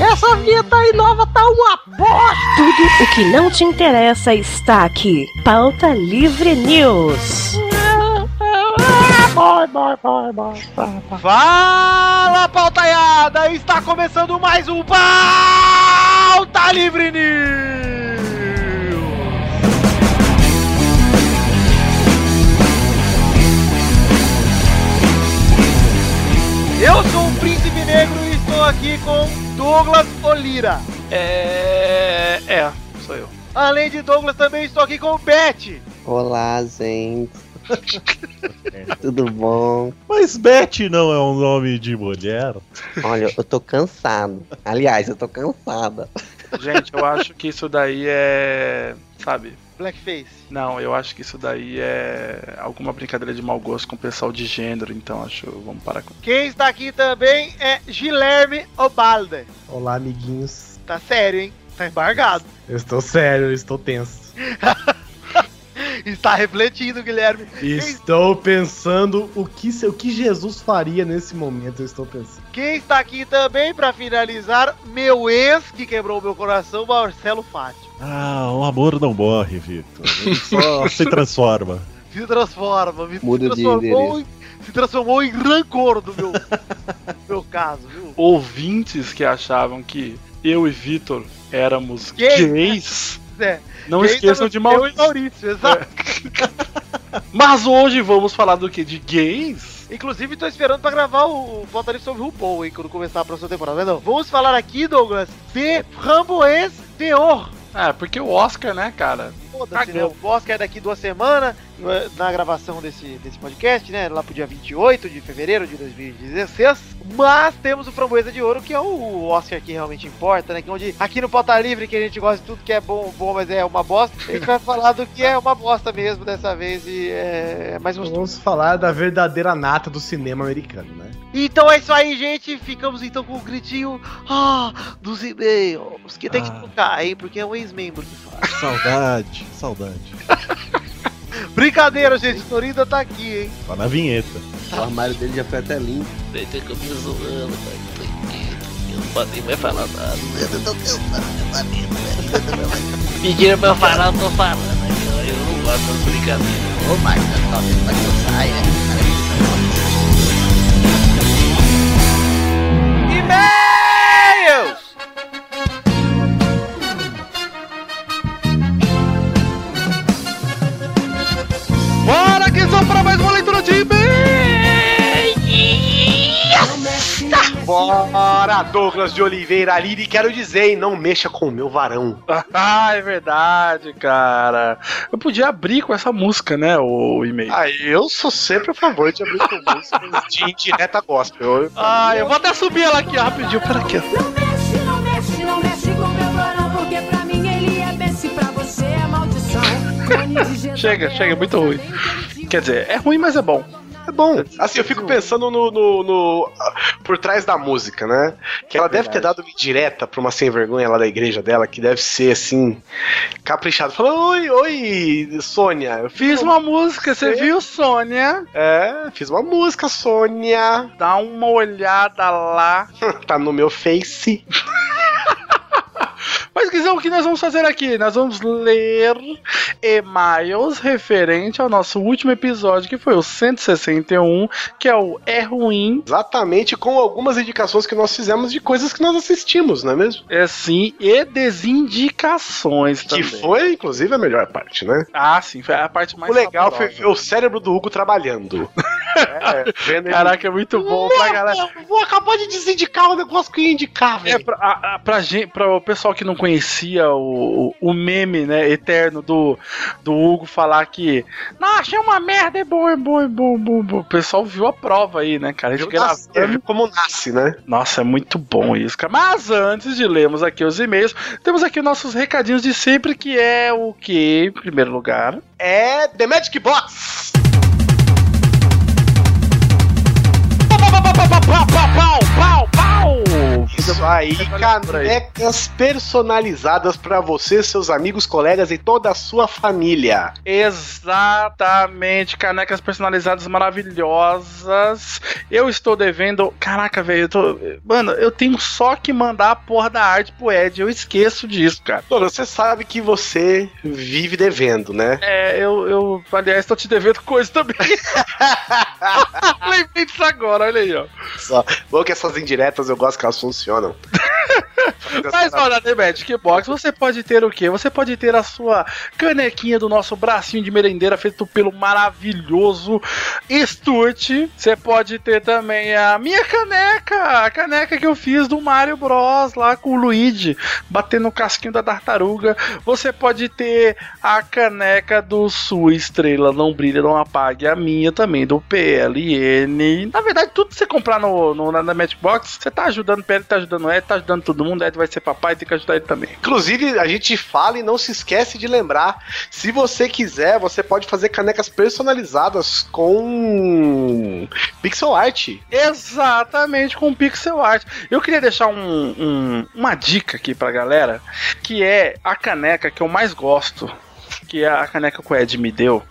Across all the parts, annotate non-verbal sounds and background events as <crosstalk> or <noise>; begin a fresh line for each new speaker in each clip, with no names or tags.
Essa vinheta aí nova tá uma bosta!
Tudo o que não te interessa está aqui. Pauta Livre News.
Bora, bora, bora, bora, bora.
Fala, pautaiada! Está começando mais um Pauta Livre News! Eu sou o Príncipe Negro e estou aqui com Douglas Olira.
É. É, sou eu.
Além de Douglas, também estou aqui com o Beth.
Olá, gente. <laughs> Tudo bom?
Mas Beth não é um nome de mulher?
Olha, eu tô cansado. Aliás, eu tô cansada.
Gente, eu acho que isso daí é. Sabe?
Blackface.
Não, eu acho que isso daí é alguma brincadeira de mau gosto com o pessoal de gênero, então acho. Vamos parar com.
Quem está aqui também é Guilherme Obalda.
Olá, amiguinhos.
Tá sério, hein? Tá embargado.
Eu estou sério, eu estou tenso.
Está refletindo, Guilherme.
Estou pensando o que, se- o que Jesus faria nesse momento, eu estou pensando.
Quem está aqui também para finalizar, meu ex que quebrou meu coração, Marcelo Fátio.
Ah, o amor não morre, Vitor. Ele só se transforma.
Se transforma, me
Muda
se
de
transformou, em, se transformou em rancor do meu, <laughs> meu caso, viu?
Ouvintes que achavam que eu e Vitor éramos
Gays,
gays.
É,
Não
quem
esqueçam de
tá no- eu e
Maurício.
Maurício, exato.
Mas hoje vamos falar do que? De gays?
Inclusive, tô esperando para gravar o, o Pauta Livre sobre o RuPaul, hein, quando começar a próxima temporada, né, não? Vamos falar aqui, Douglas, de Ramboês Teor.
Ah, porque o Oscar, né, cara?
Foda-se, né?
Cagão.
O Oscar é daqui duas semanas, na gravação desse, desse podcast, né? Lá pro dia 28 de fevereiro de 2016. Mas temos o Framboesa de Ouro, que é o Oscar que realmente importa, né? Que onde aqui no Pauta Livre, que a gente gosta de tudo que é bom, bom, mas é uma bosta, a gente vai falar do que é uma bosta mesmo dessa vez e é, é mais
Então
gostoso.
Vamos falar da verdadeira nata do cinema americano, né?
Então é isso aí, gente. Ficamos então com o gritinho ah, dos e-mails. Que tem que
Ah.
tocar, hein? Porque é um ex-membro que fala. <laughs>
Saudade, saudade.
Brincadeira, gente. Torida tá aqui, hein?
Tá na vinheta.
O armário dele já foi até limpo.
E-mails! Bora que só para mais uma leitura de e-mails!
Bora, Douglas de Oliveira Liri, quero dizer, e não mexa com o meu varão.
<laughs> Ah, é verdade, cara. Eu podia abrir com essa música, né? O e-mail.
Ah, eu sou sempre a favor de abrir com <laughs> músicas de indireta gospel. Eu-
Ah, eu vou até subir ela aqui rapidinho. Pera aqui.
Não mexe, não mexe, não mexe com meu varão, porque pra mim ele é Messi, pra você é maldição. Cone de Jezabel,
Chega, chega, é muito ruim. Quer dizer, é ruim, mas é bom.
É bom. Assim, eu fico pensando no, no- no- por trás da música, né? Que ela deve ter dado uma indireta pra uma sem vergonha lá da igreja dela, que deve ser assim, caprichada. Falou, oi, oi, Sônia. Eu
Fiz uma música, você viu, Sônia?
É, fiz uma música, Sônia.
Dá uma olhada lá.
Tá no meu face.
Mas Guizão, o que nós vamos fazer aqui? Nós vamos ler e-mails referente ao nosso último episódio, que foi o 161, que é o É Ruim,
Exatamente com algumas indicações que nós fizemos de coisas que nós assistimos, não é mesmo?
é sim, e desindicações
Que
também.
foi, inclusive, a melhor parte, né?
Ah, sim, foi a parte mais
o legal foi
saborosa.
ver o cérebro do Hugo trabalhando. <laughs> é, vendo ele-
Caraca, é muito bom pra galera.
Eu vou acabar de desindicar o negócio que ia indicar,
É, pra, a- a- pra gen- pra o pessoal que não conhecia o, o- o meme, né, eterno do, do Hugo falar que Não, achei uma merda, é bom, é bom, é bom, é bom, é bom." O pessoal viu a prova aí, né, cara? A gente
Eu nasci,
gravando.
é, como nasce, né?
Nossa, é muito bom isso, cara. Mas antes de lermos aqui os e-mails, temos aqui os nossos recadinhos de sempre, que é o que, em primeiro lugar?
É The Magic Box!
Pau, pau, pau, pau, pau, pau, pau, pau, pau.
Isso aí,
Então, aí, canecas personalizadas pra você, seus amigos, colegas e toda a sua família.
Exatamente, canecas personalizadas maravilhosas. Eu estou devendo. Caraca, velho, eu tô. Mano, eu tenho só que mandar a porra da arte pro Ed. Eu esqueço disso, cara.
Mano, você sabe que você vive devendo, né?
É, eu, eu aliás, tô te devendo coisa <laughs> também. Lembrei disso agora, olha aí, ó.
É.
Só. Bom que essas indiretas eu gosto que
<laughs>
elas funcionam.
Mas olha, Demet, né, que box você pode ter o quê? Você pode ter a sua canequinha do nosso bracinho de merendeira feito pelo maravilhoso Sturt. Você pode ter também a minha caneca, a caneca que eu fiz do Mario Bros lá com o Luigi, batendo o casquinho da tartaruga. Você pode ter a caneca do Sua Estrela Não Brilha, Não Apague, a minha também, do PLN. Na verdade, tudo que você comprar no, no- na, na Matchbox, você tá ajudando o PL, tá ajudando o Ed, tá ajudando todo mundo, Ed vai ser papai, tem que ajudar ele também.
Inclusive, a gente fala e não se esquece de lembrar. Se você quiser, você pode fazer canecas personalizadas com pixel art.
Exatamente, com pixel art. Eu queria deixar um- um- uma dica aqui pra galera, que é a caneca que eu mais gosto, que é a caneca que o Ed me deu,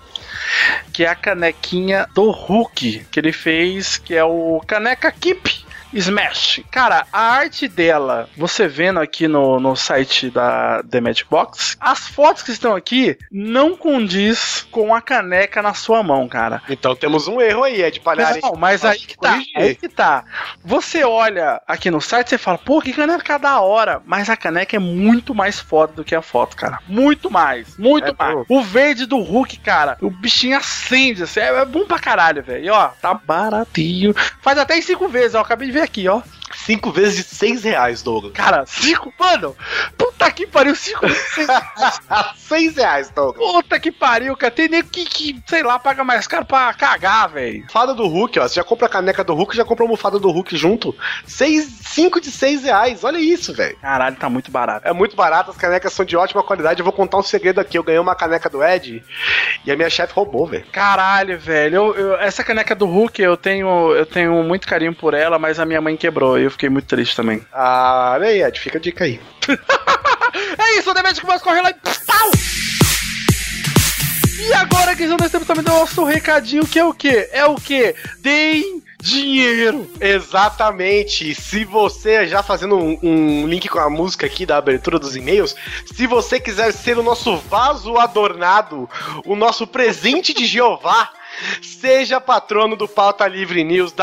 que é a canequinha do Hulk, que ele fez, que é o Caneca Keep. Smash. Cara, a arte dela, você vendo aqui no, no site da The Matchbox, as fotos que estão aqui não condiz com a caneca na sua mão, cara.
Então temos um erro aí, é de palhar.
Mas, não, mas aí que tá,
corrigir.
aí que tá. Você olha aqui no site, você fala, pô, que caneca da hora. Mas a caneca é muito mais foda do que a foto, cara. Muito mais, muito
É,
mais. O verde do Hulk, cara, o bichinho acende, assim, é, é bom pra caralho, velho. E, ó, tá baratinho. Faz até em cinco vezes, ó, acabei de ver aqui, ó.
Cinco vezes de seis reais, <laughs> Douglas.
Cara, cinco, mano, puta que pariu, cinco
<laughs>
vezes.
Ah, seis reais, Douglas.
Puta que pariu, cara. Tem nego que, que, sei lá, paga mais caro pra cagar, velho.
Almofada do Hulk, ó. Você já compra a caneca do Hulk, já compra a almofada do Hulk junto. Seis, cinco de seis reais. Olha isso, velho.
Caralho, tá muito barato.
É muito barato, as canecas são de ótima qualidade. Eu vou contar um segredo aqui. Eu ganhei uma caneca do Ed e a minha chefe roubou, velho.
Caralho, velho. Eu- eu- essa caneca do Hulk, eu tenho, eu tenho muito carinho por ela, mas a minha mãe quebrou e eu fiquei muito triste também.
Ah, olha aí, Ed, fica a dica aí.
É isso, o Demet que mais correu lá e pau! E agora que nós temos também o nosso recadinho, que é o quê? É o quê? Deem dinheiro!
Exatamente. Se você, já fazendo um, um link com a música aqui da abertura dos e-mails, se você quiser ser o nosso vaso adornado, o nosso presente de Jeová, seja patrono do Pauta Livre News,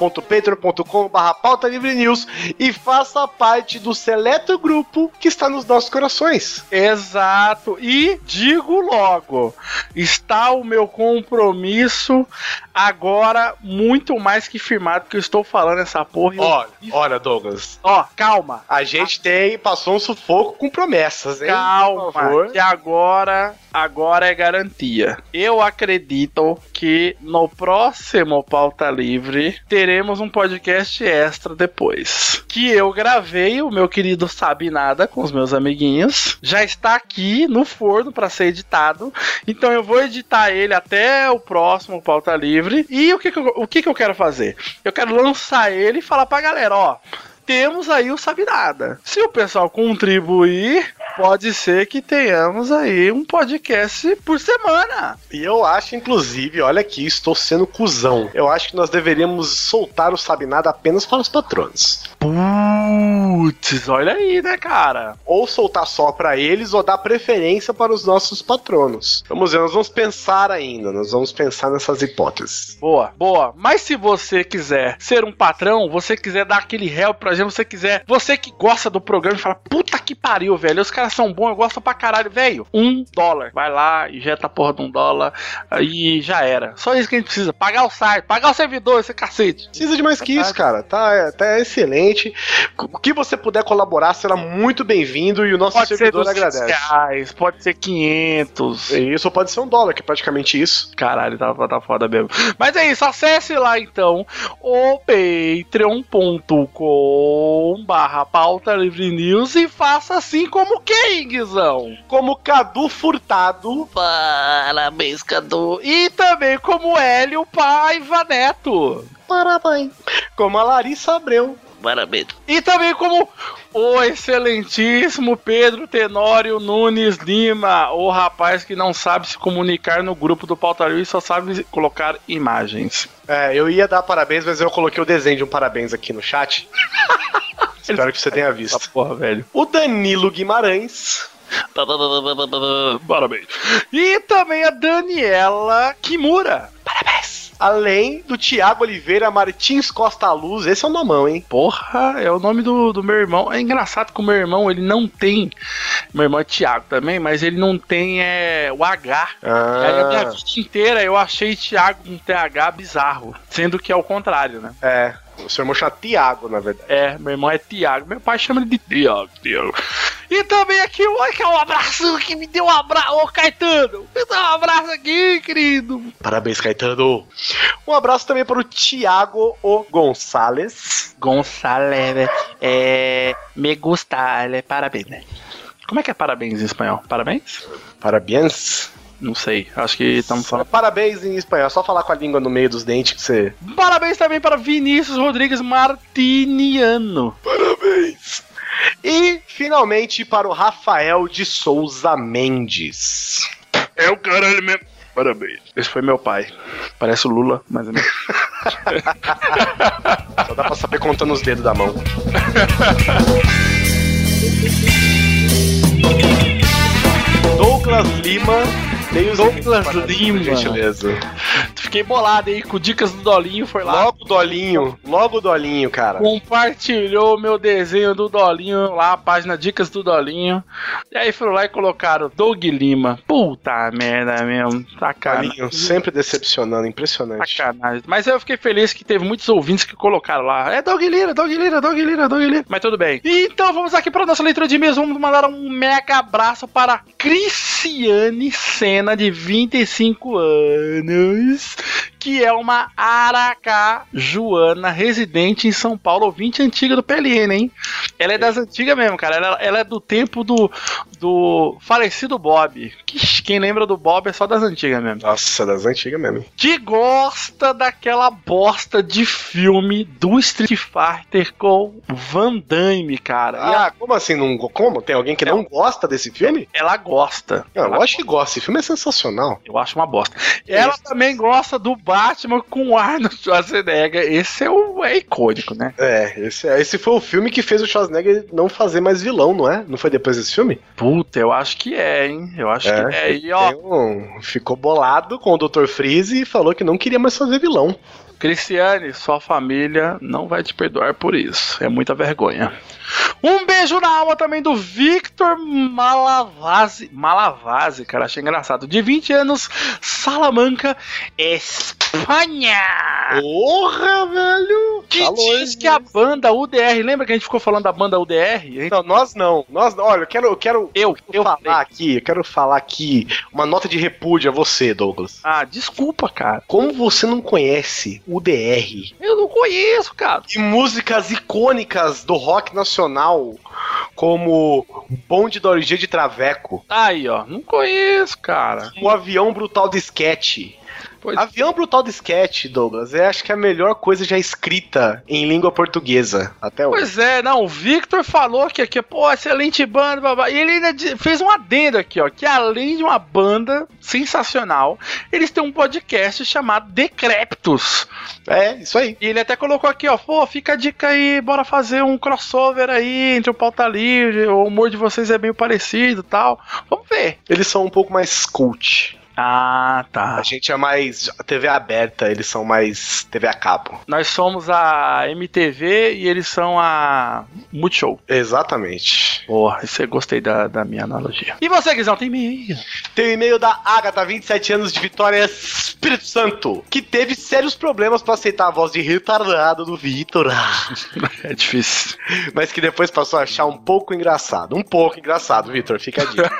www.patreon.com.br Pauta Livre News e faça parte do seleto grupo que está nos nossos corações.
Exato. E digo logo, está o meu compromisso agora muito mais que firmado que eu estou falando essa porra. e eu-
Olha, olha, Douglas.
Ó, calma.
A gente tem, passou um sufoco com promessas, hein? Por
Calma,
favor.
que agora, agora é garantia. Eu acredito que no próximo Pauta Livre teremos um podcast extra depois. Que eu gravei, o meu querido Sabe Nada com os meus amiguinhos. Já está aqui no forno para ser editado. Então eu vou editar ele até o próximo Pauta Livre. E o que, que, eu, o que, que eu quero fazer? Eu quero lançar ele e falar pra galera, ó. Temos aí o Sabe Nada. Se o pessoal contribuir, pode ser que tenhamos aí um podcast por semana.
E eu acho, inclusive, olha aqui, estou sendo cuzão. Eu acho que nós deveríamos soltar o Sabe Nada apenas para os patronos.
Putz, olha aí, né, cara?
Ou soltar só para eles, ou dar preferência para os nossos patronos. Vamos ver, nós vamos pensar ainda, nós vamos pensar nessas hipóteses.
Boa, boa. Mas se você quiser ser um patrão, você quiser dar aquele help pra gente, você quiser, você que gosta do programa e fala, puta que pariu, velho, os caras são bons, eu gosto pra caralho, velho. Um dólar. Vai lá, injeta a porra de um dólar e já era. Só isso que a gente precisa. Pagar o site, pagar o servidor, esse cacete.
Precisa de mais que isso, cara. Tá, tá excelente. O que você puder colaborar será muito bem-vindo e o nosso servidor agradece.
reais, pode ser 500.
Isso pode ser um dólar, que é praticamente isso.
Caralho, tá, tá foda mesmo. Mas é isso, acesse lá então o patreon.com barra pauta livre news e faça assim como quem, Guizão?
como Cadu Furtado.
Parabéns, Cadu. E também como Hélio Paiva Neto.
Parabéns. Como a Larissa Abreu.
Parabéns.
E também como o excelentíssimo Pedro Tenório Nunes Lima, o rapaz que não sabe se comunicar no grupo do Pautaril e só sabe colocar imagens.
É, eu ia dar parabéns, mas eu coloquei o desenho de um parabéns aqui no chat. Espero que você tenha
Essa
visto.
porra, velho.
O Danilo Guimarães.
Parabéns. E também a Daniela Kimura.
Parabéns. Além do Tiago Oliveira Martins Costa Luz. Esse é o nomão, hein?
Porra, é o nome do, do meu irmão. É engraçado que o meu irmão, ele não tem. Meu irmão é Tiago também, mas ele não tem é, o H. Aí a minha
Ah,
vida inteira eu achei Tiago com TH bizarro. Sendo que é o contrário, né?
é. O seu irmão chama Tiago, na verdade.
É, meu irmão é Tiago. Meu pai chama ele de Tiago, Tiago. E também aqui, olha que é um abraço que me deu um abraço. Ô, Caetano, me dá um abraço aqui, querido.
Parabéns, Caetano. Um abraço também para o Tiago O. Gonçalves.
Gonçalves, é. Me gusta, ele é parabéns, né? Como é que é parabéns em espanhol? Parabéns?
Parabéns.
Não sei, acho que estamos falando.
Parabéns em espanhol. É só falar com a língua no meio dos dentes que você.
Parabéns também para Vinícius Rodrigues Martiniano.
E, finalmente, para o Rafael de Souza Mendes.
É o caralho mesmo. Parabéns. Esse foi meu pai. Parece o Lula, mas é meu.
Só dá pra saber contando os dedos da mão. Douglas Lima. Dei os
Douglas
parabéns, por
Lima.
gentileza.
<laughs> Fiquei bolado aí com dicas do Dolinho, foi lá.
Logo o Dolinho. Logo o Dolinho, cara.
Compartilhou meu desenho do Dolinho lá, a página Dicas do Dolinho. E aí foram lá e colocaram Doug Lima. Puta merda mesmo. tá
Dolinho
Sacanagem.
sempre decepcionando, impressionante.
Sacanagem. Mas eu fiquei feliz que teve muitos ouvintes que colocaram lá. É Doug Lira, Doug Lira, Doug Lira, Doug Lira. Mas tudo bem. Então vamos aqui para nossa leitura de e-mails. Vamos mandar um mega abraço para Cristiane Senna, de 25 anos, que é uma aracajuana residente em São Paulo, ouvinte antiga do PLN, hein? Ela é das antigas mesmo, cara. Ela, ela é do tempo do, do falecido Bob. Ixi, Quem lembra do Bob é só das antigas mesmo
Nossa, das antigas mesmo.
que gosta daquela bosta de filme do Street Fighter com Van Damme, cara. E ela,
Ah, É. como assim? Não, go- como? Tem alguém que não gosta desse filme?
ela gosta.
Não,
Ela
eu acho que gosta. Esse filme é sensacional.
Eu acho uma bosta.
É.
Ela também gosta do Batman com Arnold Schwarzenegger. Esse é, o, é icônico, né?
É, esse, esse foi o filme que fez o Schwarzenegger não fazer mais vilão, não é? Não foi depois desse filme?
Puta, eu acho que é, hein? Eu acho
É.
que é. E ó,
Tem um- ficou bolado com o Dr. Freeze e falou que não queria mais fazer vilão.
Cristiane, sua família não vai te perdoar por isso. É muita vergonha. Um beijo na alma também do Victor Malavase. Malavase, cara, achei engraçado. De 20 anos, Salamanca, Espanha.
Ah. Porra, velho!
Que
Tá
diz
longe,
que a banda UDR. Lembra que a gente ficou falando da banda UDR? A gente-
Não, nós não. Nós não. Olha, eu quero, eu quero
eu, eu
falar
falei.
aqui, eu quero falar aqui uma nota de repúdio a você, Douglas.
Ah, desculpa, cara.
Como você não conhece o DR
Eu não conheço, cara.
e músicas icônicas do rock nacional, como Bonde da Orgia de Traveco,
Tá Aí, ó. Não conheço, cara.
o um Avião Brutal de Sketch,
Pois
Avião Brutal de Sketch, Douglas, é acho que a melhor coisa já escrita em língua portuguesa até hoje.
Pois é, não, o Victor falou que aqui, pô, excelente banda, blá, blá. e ele ainda di- fez um adendo aqui, ó, que além de uma banda sensacional, eles têm um podcast chamado Decréptos.
É, isso aí.
E ele até colocou aqui, ó, pô, fica a dica aí, bora fazer um crossover aí entre o Pauta Livre, o humor de vocês é meio parecido e tal. Vamos ver.
Eles são um pouco mais cult.
Ah, tá.
A gente é mais TV aberta, eles são mais TV a cabo.
Nós somos a MTV e eles são a Multishow.
Exatamente.
Porra, isso eu gostei da, da minha analogia. E você, Guizão, tem meia?
Tem o e-mail da Agatha, 27 anos de Vitória, Espírito Santo, que teve sérios problemas pra aceitar a voz de retardado do Vitor. Ah,
É difícil.
mas que depois passou a achar um pouco engraçado. Um pouco engraçado, Vitor, fica a
<laughs>
dica.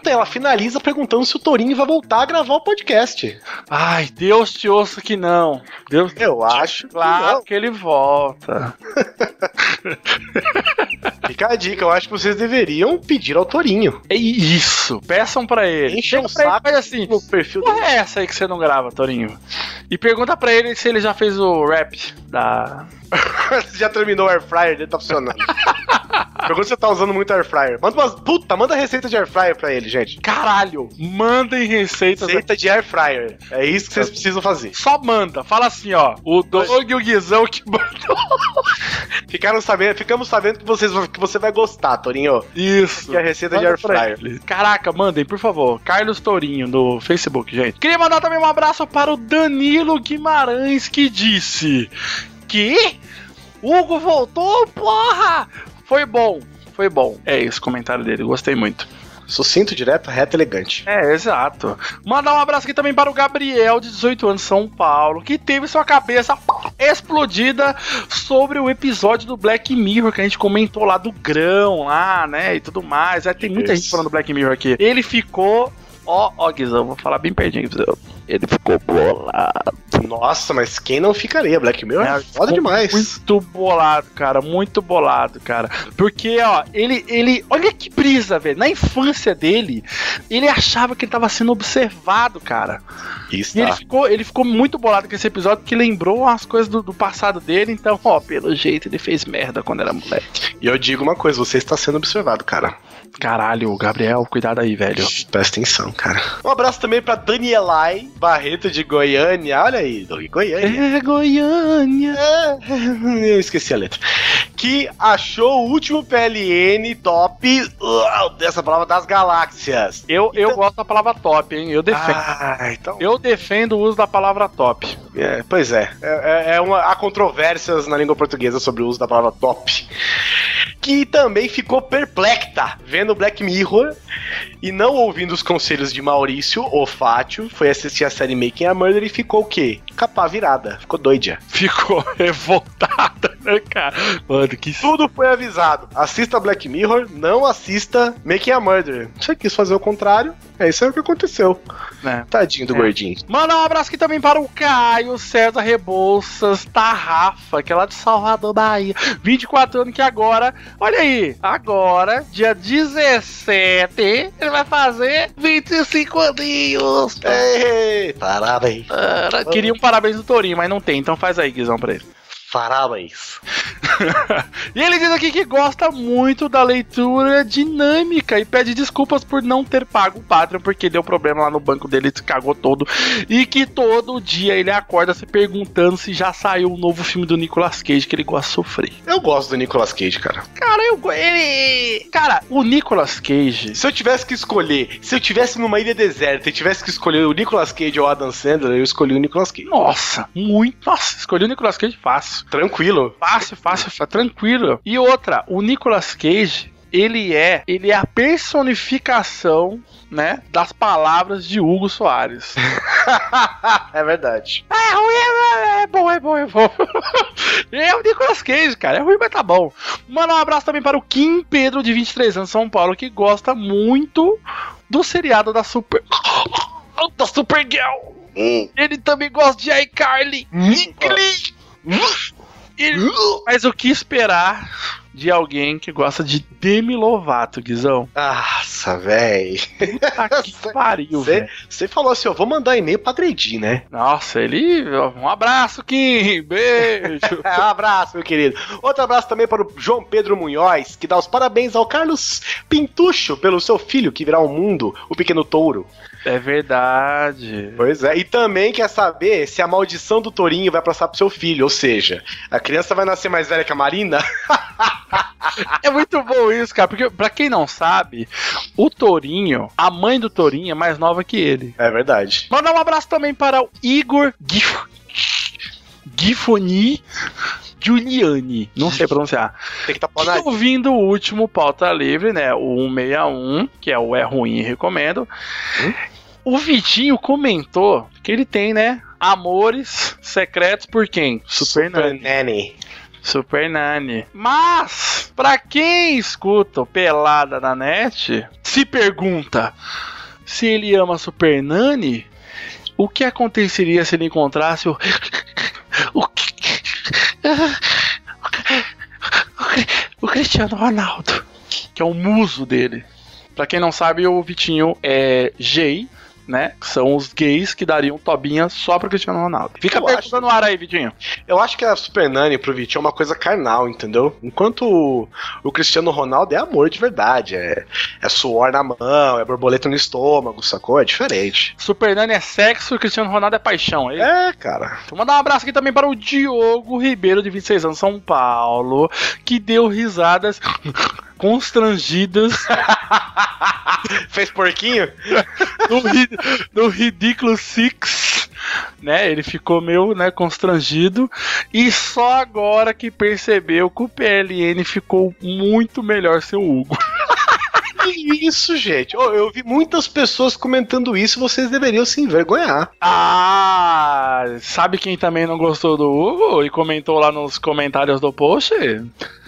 Então ela finaliza perguntando se o Torinho vai voltar a gravar o podcast.
Ai, Deus te ouça que não. Deus
Eu acho.
claro
Claro.
que ele volta.
Fica a dica, eu acho que vocês deveriam pedir ao Torinho. <laughs>
É isso. Peçam pra ele.
Encheu
Chega
o
pra ele e
saco.
faz assim.
O perfil
Porra é essa aí que você não grava, Torinho? E pergunta pra ele se ele já fez o rap da.
Você já terminou o air fryer dele, tá
<laughs>
funcionando. Pergunta se você tá usando muito air fryer. Manda umas. Puta, manda receita de air fryer pra ele, gente.
Caralho! Mandem receitas.
Receita de air fryer. É isso
Tá.
que vocês precisam fazer.
Só manda, fala assim, ó. O Doug e o Guizão que <laughs> mandou.
Ficaram sabendo, ficamos sabendo que, vocês, que você vai gostar, Torinho.
Isso.
Que é a receita de
Manda
air
pra
fryer.
ele. Caraca, mandem, por favor. Carlos Tourinho no Facebook, gente. Queria mandar também um abraço para o Danilo Guimarães que disse que Hugo voltou, porra! Foi bom, foi bom. É esse o comentário dele, gostei muito.
Sucinto, direto, reto, elegante.
É, exato. Mandar um abraço aqui também para o Gabriel, de 18 anos, São Paulo, que teve sua cabeça explodida sobre o episódio do Black Mirror que a gente comentou lá do grão lá, né, e tudo mais. Aí tem muita
Isso.
gente falando do Black Mirror aqui. Ele ficou... Ó, ó, Guizão, vou falar bem pertinho, Guizão. Ele ficou bolado.
Nossa, mas quem não ficaria? Black Mirror é
né?
foda
Ficou
demais.
Muito bolado, cara. Muito bolado, cara. Porque, ó, ele. ele olha que brisa, velho. Na infância dele, ele achava que ele tava sendo observado, cara.
Isso,
E ele ficou, ele ficou muito bolado com esse episódio, porque lembrou as coisas do, do passado dele. Então, ó, pelo jeito ele fez merda quando era moleque.
E eu digo uma coisa, você está sendo observado, cara.
Caralho, Gabriel, cuidado aí, velho.
Presta atenção, cara. Um abraço também pra Danielai Barreto de Goiânia. Olha aí, Doug, Goiânia.
É, Goiânia.
<laughs> Eu esqueci a letra. Que achou o último PLN top uau, dessa palavra das galáxias.
Eu, eu gosto da palavra top, hein? Eu defendo.
Ah, então.
Eu defendo o uso da palavra top. <laughs>
É, pois é. É- é- é uma- há controvérsias na língua portuguesa sobre o uso da palavra top. Que também ficou perplexa vendo Black Mirror e não ouvindo os conselhos de Maurício ou Fátio. Foi assistir a série Making a Murder e ficou o quê? Capá virada. Ficou doida.
ficou revoltada, né, cara? Mano, que
Tudo foi avisado. Assista Black Mirror, não assista Making a Murder. Você quis fazer o contrário, é isso aí o que aconteceu.
É.
Tadinho do
É.
gordinho.
Manda um abraço aqui também para o Caio César Rebouças Tarrafa, que é lá de Salvador, Bahia. 24 anos que agora, olha aí, agora, dia 17, ele vai fazer 25 aninhos.
Ei, parada aí.
Cara, Queria um parabéns do Torinho, mas não tem, então faz aí, Guizão, pra ele.
Parabéns.
E ele diz aqui que gosta muito da leitura dinâmica e pede desculpas por não ter pago o Patreon, porque deu problema lá no banco dele, se cagou todo. E que todo dia ele acorda se perguntando se já saiu o novo filme do Nicolas Cage que ele gosta de sofrer.
Eu gosto do Nicolas Cage, cara.
Cara, eu. go- Ele. Cara, o Nicolas Cage.
Se eu tivesse que escolher, se eu tivesse numa ilha deserta e tivesse que escolher o Nicolas Cage ou o Adam Sandler, eu escolhi o Nicolas Cage.
Nossa, muito. Nossa, escolhi o Nicolas Cage fácil.
Tranquilo.
Fácil, fácil, fácil, tranquilo. E outra, o Nicolas Cage, ele é, ele é a personificação, né, das palavras de Hugo Soares.
é verdade.
é ruim, é, é- é bom, é bom, é bom. <laughs> é o Nicolas Cage, cara, é ruim, mas tá bom. Manda um abraço também para o Kim Pedro, de 23 anos, São Paulo, que gosta muito do seriado da Super... da Supergirl. Ele também gosta de iCarly. Nicolas. Ele... Mas o que esperar de alguém que gosta de Demi Lovato, Guizão?
Nossa, véi.
Tá que pariu, velho.
Você falou assim, ó, vou mandar e-mail pra agredir, né?
Nossa, ele. Um abraço, Kim. Beijo.
<laughs> É, um abraço, meu querido. Outro abraço também para o João Pedro Munhoz, que dá os parabéns ao Carlos Pintucho pelo seu filho que virá o mundo, o pequeno touro.
É verdade.
Pois é, e também quer saber se a maldição do tourinho vai passar pro seu filho, ou seja, a criança vai nascer mais velha que a Marina?
É muito bom isso, cara. Porque, pra quem não sabe, o Torinho, a mãe do Torinho é mais nova que ele.
É verdade.
Mandar um abraço também para o Igor Gif... Gifoni Giuliani. Não sei pronunciar.
Tem que tapar na.
Estou ouvindo o último pauta livre, né? O 161, que é o É Ruim e Recomendo. Hum? O Vitinho comentou que ele tem, né? Amores secretos por quem? Super Nani.
Nanny.
Super Nani. Mas, pra quem escuta o Pelada na net, se pergunta se ele ama Super Nani, o que aconteceria se ele encontrasse o. <laughs> O. O. O. o- Cristiano Ronaldo, que é o muso dele. Pra quem não sabe, o Vitinho é gay, né? Que São os gays que dariam tobinha só pro Cristiano Ronaldo. Fica a
Eu
pergunta no ar aí, Vitinho.
Eu acho que a Super Nani pro Vitinho é uma coisa carnal, entendeu? Enquanto o, o Cristiano Ronaldo é amor de verdade. É, é suor na mão, é borboleta no estômago, sacou? É diferente.
Super Nani é sexo, Cristiano Ronaldo é paixão. É. isso?
É, cara.
Vou mandar um abraço aqui também para o Diogo Ribeiro, de 26 anos, São Paulo, que deu risadas <laughs> constrangidas
Fez porquinho?
no, ri- no Ridículo Six. Né, ele ficou meio né, constrangido e só agora que percebeu que o PLN ficou muito melhor seu Hugo.
Que isso, gente? Ô, eu vi muitas pessoas comentando isso, vocês deveriam se envergonhar.
Ah, sabe quem também não gostou do Hugo e comentou lá nos comentários do post?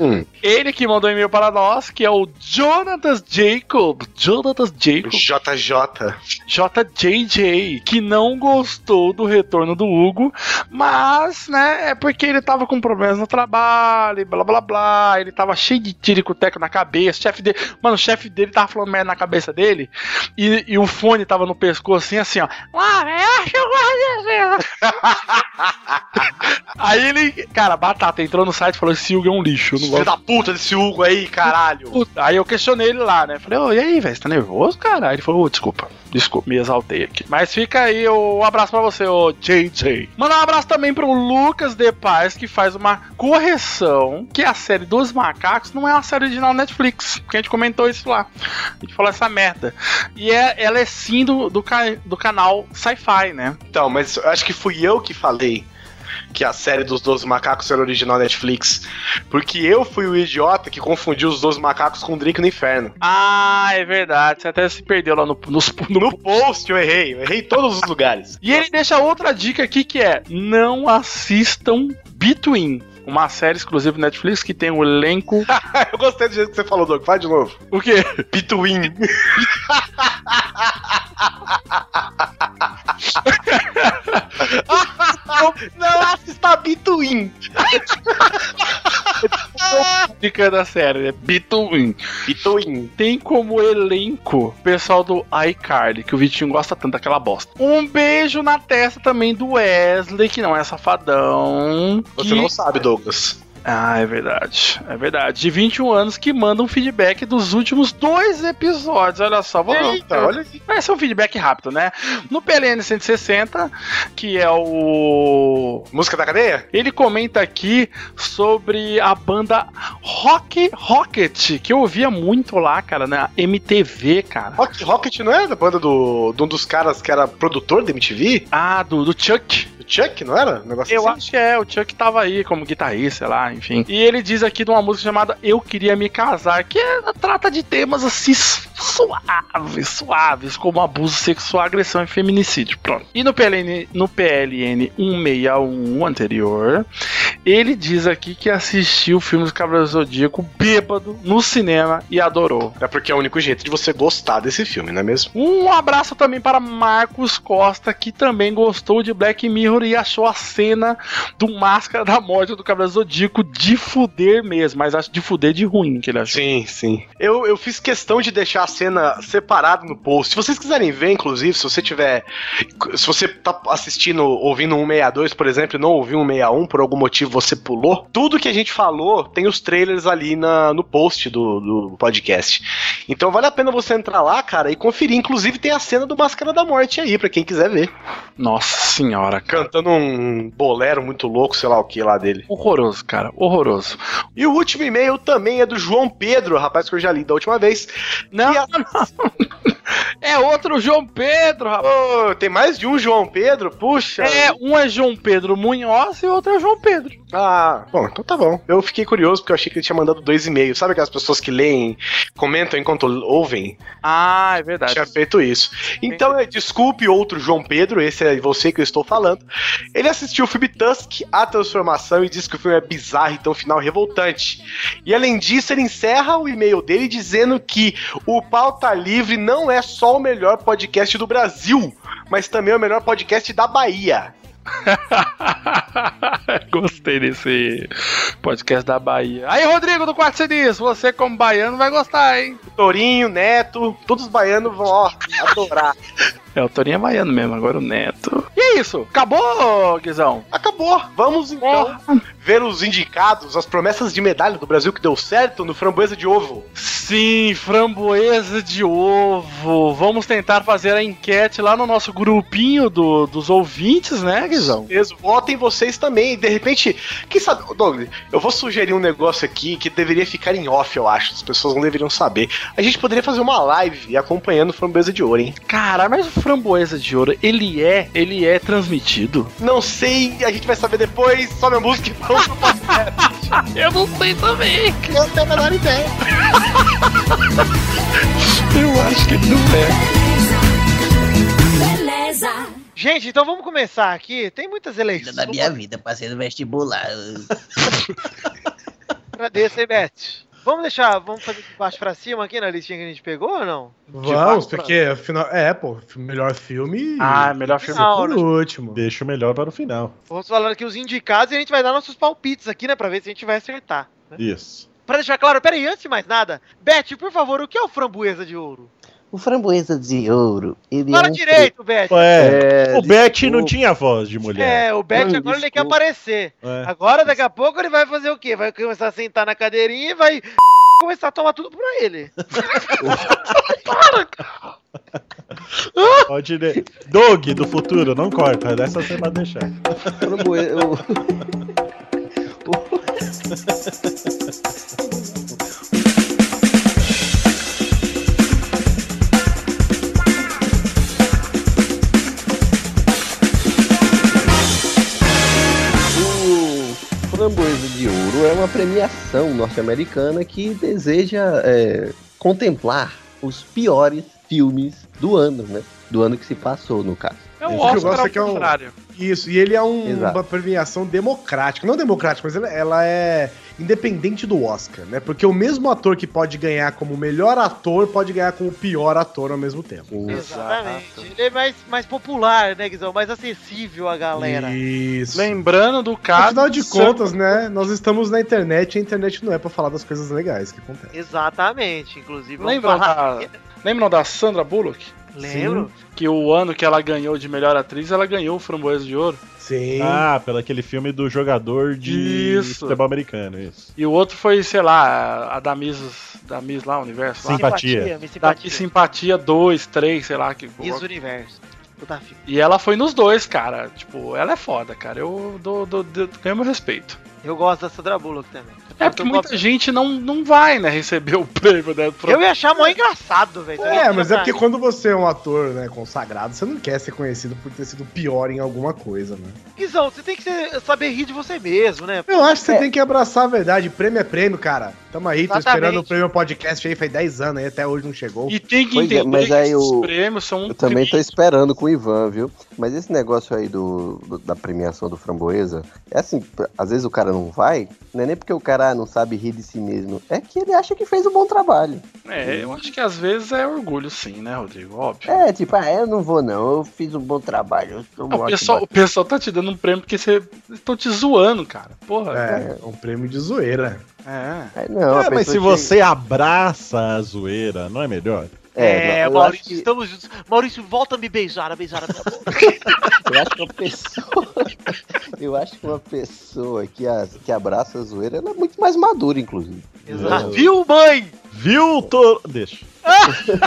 Hum.
Ele que mandou e-mail para nós, que é o Jonathan Jacob. Jonathan Jacob.
JJ.
JJJ, que não gostou do retorno do Hugo, mas, né, é porque ele tava com problemas no trabalho, e blá blá blá, ele tava cheio de tiricoteco na cabeça, o chefe dele, mano, o chefe dele tava falando merda na cabeça dele, e, e o fone tava no pescoço, assim, assim, ó, lá, eu acho que eu gosto desse. <laughs> Aí ele, cara, batata, entrou no site e falou, esse Hugo é um lixo, eu não
Filho
gosto.
da puta desse Hugo aí, caralho.
Puta, Aí eu questionei ele lá, né? Falei, ô, e aí, velho, você tá nervoso, cara? Aí ele falou, ô, desculpa, desculpa, me exaltei aqui. Mas fica aí o um abraço pra você, ô JJ. Mandar um abraço também pro Lucas De Paz, que faz uma correção, que a série dos macacos não é uma série original Netflix, porque a gente comentou isso lá. A gente falou essa merda. E é, ela é sim do, do, ca- do canal Sci-Fi, né?
Então, mas eu acho que fui eu que falei que a série dos 12 macacos era original Netflix. Porque eu fui o idiota que confundiu os 12 macacos com o Drink no Inferno.
Ah, é verdade, você até se perdeu lá no, nos, no
No post eu errei, eu errei em todos os lugares.
E ele deixa outra dica aqui que é: não assistam Between. Uma série exclusiva do Netflix que tem o
<laughs>
elenco.
<laughs> eu gostei do jeito que você falou, Doug. Faz de novo.
O quê? <laughs>
Between. Não assista Between.
Dica da série, é Between.
Between.
Tem como elenco o pessoal do iCarly, que o Vitinho gosta tanto daquela bosta. Um beijo na testa também do Wesley, que não é safadão.
Você
que-
não sabe, Douglas.
Ah, é verdade. É verdade. De 21 anos que manda um feedback dos últimos dois episódios. Olha só, vou.
Eita, então, olha aí.
Vai ser um feedback rápido, né? No PLN 160, que é o.
Música da cadeia?
Ele comenta aqui sobre a banda Rock Rocket, que eu ouvia muito lá, cara, na MTV, cara.
Rock, Rocket não era da banda do, de um dos caras que era produtor da MTV?
Ah, do, do Chuck.
Do Chuck, não era? Um negócio
Eu
assim?
acho que é, o Chuck tava aí como guitarrista, sei lá, enfim. E ele diz aqui de uma música chamada Eu Queria Me Casar, que é- trata de temas assim su- suaves, suaves, como abuso sexual, agressão e feminicídio. Pronto. E no PLN, no PLN 161 anterior, ele diz aqui que assistiu o filme do Cavaleiro do Zodíaco bêbado no cinema e adorou.
É porque é o único jeito de você gostar desse filme, não é mesmo?
Um abraço também para Marcos Costa, que também gostou de Black Mirror e achou a cena do Máscara da Morte do Cabra Zodíaco de fuder mesmo, mas acho de fuder de ruim que ele achou.
Sim, sim. Eu, eu fiz questão de deixar a cena separada no post. Se vocês quiserem ver, inclusive, se você tiver. Se você tá assistindo, ouvindo 162, por exemplo, e não ouviu 161, por algum motivo você pulou, tudo que a gente falou tem os trailers ali na, no post do, do podcast. Então vale a pena você entrar lá, cara, e conferir. Inclusive tem a cena do Máscara da Morte aí, pra quem quiser ver.
Nossa senhora, cara.
Cantando um bolero muito louco, sei lá o que lá dele.
Horroroso, cara, horroroso.
E o último e-mail também é do João Pedro, rapaz que eu já li da última vez.
Não,
E a-
<laughs> É outro João Pedro, rapaz.
Ô, tem mais de um João Pedro? Puxa.
É, um é João Pedro Munhoz e o outro é João Pedro.
Ah, bom, então tá bom. Eu fiquei curioso porque eu achei que ele tinha mandado dois e-mails. Sabe aquelas pessoas que leem, comentam enquanto ouvem?
Ah, é verdade.
Tinha feito isso. Então, é, desculpe outro João Pedro, esse é você que eu estou falando. Ele assistiu o filme Tusk, A Transformação, e disse que o filme é bizarro e tem um final revoltante. E além disso, ele encerra o e-mail dele dizendo que o Pauta Livre não é só o melhor podcast do Brasil, mas também é o melhor podcast da Bahia.
<laughs> Gostei desse podcast da Bahia. Aí, Rodrigo do Quarto Sinistro, você como baiano vai gostar, hein?
Torinho, Neto, todos os baianos vão, ó, adorar.
É, o Torinho é baiano mesmo, agora o Neto. E é isso, acabou, Guizão.
Acabou. Vamos então ver os indicados, as promessas de medalha do Brasil que deu certo no Framboesa de Ovo.
Sim, framboesa de ovo. Vamos tentar fazer a enquete lá no nosso grupinho do- dos ouvintes, né, Guizão?
Mesmo. Votem vocês também. De repente, quem sabe. Ô, Douglas, eu vou sugerir um negócio aqui que deveria ficar em off, eu acho. As pessoas não deveriam saber. A gente poderia fazer uma live acompanhando o Framboesa de Ouro, hein?
Cara, mas o framboesa de ouro, ele é, ele é transmitido?
Não sei, a gente vai saber depois. Sobe a música então. e vamos pro podcast.
Eu não sei também.
Eu não tenho a menor ideia.
Eu acho que ele não é.
Beleza.
Gente, então vamos começar aqui. Tem muitas eleições.
da minha vida, passei no vestibular.
Agradeço, hein, Beth? Vamos deixar, vamos fazer de baixo pra cima aqui na listinha que a gente pegou ou não?
Vamos, porque afinal. É, pô, melhor filme.
Ah, melhor filme.
Não,
por último.
Deixa o melhor para o final.
Vamos falando aqui os indicados e a gente vai dar nossos palpites aqui, né? Pra ver se a gente vai acertar.
Isso.
Pra deixar claro, peraí, antes de mais nada, Beth, por favor, o que é o framboesa de ouro?
O framboesa de ouro, ele
Fala
é um
direito, Beth!
Ué,
É,
o Beth não
desculpa.
tinha voz de mulher.
É, o Beth agora ele quer
desculpa.
aparecer.
É.
Agora, daqui a pouco, ele vai fazer o quê? Vai começar a sentar na cadeirinha e vai <laughs> começar a tomar tudo pra ele.
Pode ler. Doug do futuro, não corta. Dessa você vai deixar.
framboesa. o- O Framboesa de Ouro é uma premiação norte-americana que deseja é, contemplar os piores filmes do ano, né? Do ano que se passou, no caso.
É um
Isso que eu
Oscar
gosto
ao
é que é um-
contrário.
Isso, e ele é um-
Exato.
uma premiação democrática. Não democrática, mas ela, ela é independente do Oscar, né? Porque o mesmo ator que pode ganhar como melhor ator pode ganhar como pior ator ao mesmo tempo.
É. Exatamente. Ele é mais, mais popular, né, Guizão? Mais acessível à galera.
Isso.
Lembrando do caso...
Afinal de
Sam-
contas, né? Nós estamos na internet e a internet não é pra falar das coisas legais que acontecem.
Exatamente, inclusive. vamos
Lembram
falar-
da, lembram da Sandra Bullock?
Lembro?
Que o ano que ela ganhou de melhor atriz, ela ganhou o Framboesa de Ouro.
Sim.
Ah, pelo aquele filme do jogador de
Isso.
futebol americano, isso.
E o outro foi, sei lá, a da Miss, da Miss lá, Universo. Lá.
Sim. Simpatia.
Miss
Da
Simpatia.
Miss Simpatia 2, 3, sei lá. Que...
Miss Universo. Puta fita.
E ela foi nos dois, cara. Tipo, ela é foda, cara. Eu dou, dou, dou- ganho meu respeito.
Eu gosto da Sandra Bullock também.
É porque muita gente não, não vai, né, receber o prêmio, né? pro-
Eu ia achar mó engraçado, velho.
É, mas é porque quando você é um ator né, consagrado, você não quer ser conhecido por ter sido pior em alguma coisa, né?
Guizão, você tem que ser- saber rir de você mesmo, né?
Eu acho que você tem que abraçar a verdade. Prêmio é prêmio, cara. Tamo aí, tô
Exatamente.
esperando o prêmio podcast aí, faz 10 anos aí, até hoje não chegou.
E tem que
Pois é,
entender
mas
que
aí
esses
eu-
prêmios são um
Eu também tô
crime.
esperando com o Ivan, viu? Mas esse negócio aí do, do- da premiação do Framboesa, é assim, p- às vezes o cara não vai, não é nem porque o cara não sabe rir de si mesmo, é que ele acha que fez um bom trabalho.
É, eu acho que às vezes é orgulho, sim, né, Rodrigo? Óbvio.
É, tipo, ah, eu não vou não, eu fiz um bom trabalho. Eu sou um
Ah, o,
ótimo
pessoal, o
ator.
pessoal tá te dando um prêmio porque você. Estão te zoando, cara. Porra.
É, é um prêmio de zoeira.
É.
Aí não,
É,
a
mas se
pessoa chega-
você abraça a zoeira, não é melhor?
É,
<laughs>
não, eu acho
Maurício,
que-
estamos juntos. Maurício, volta a me beijar, a beijar a minha boca.
Eu acho que uma <laughs> pessoa. eu acho que uma pessoa que, as- que abraça a zoeira, ela é muito mais madura, inclusive.
Exato. Viu, mãe?
É. Viu, Toro? Deixa.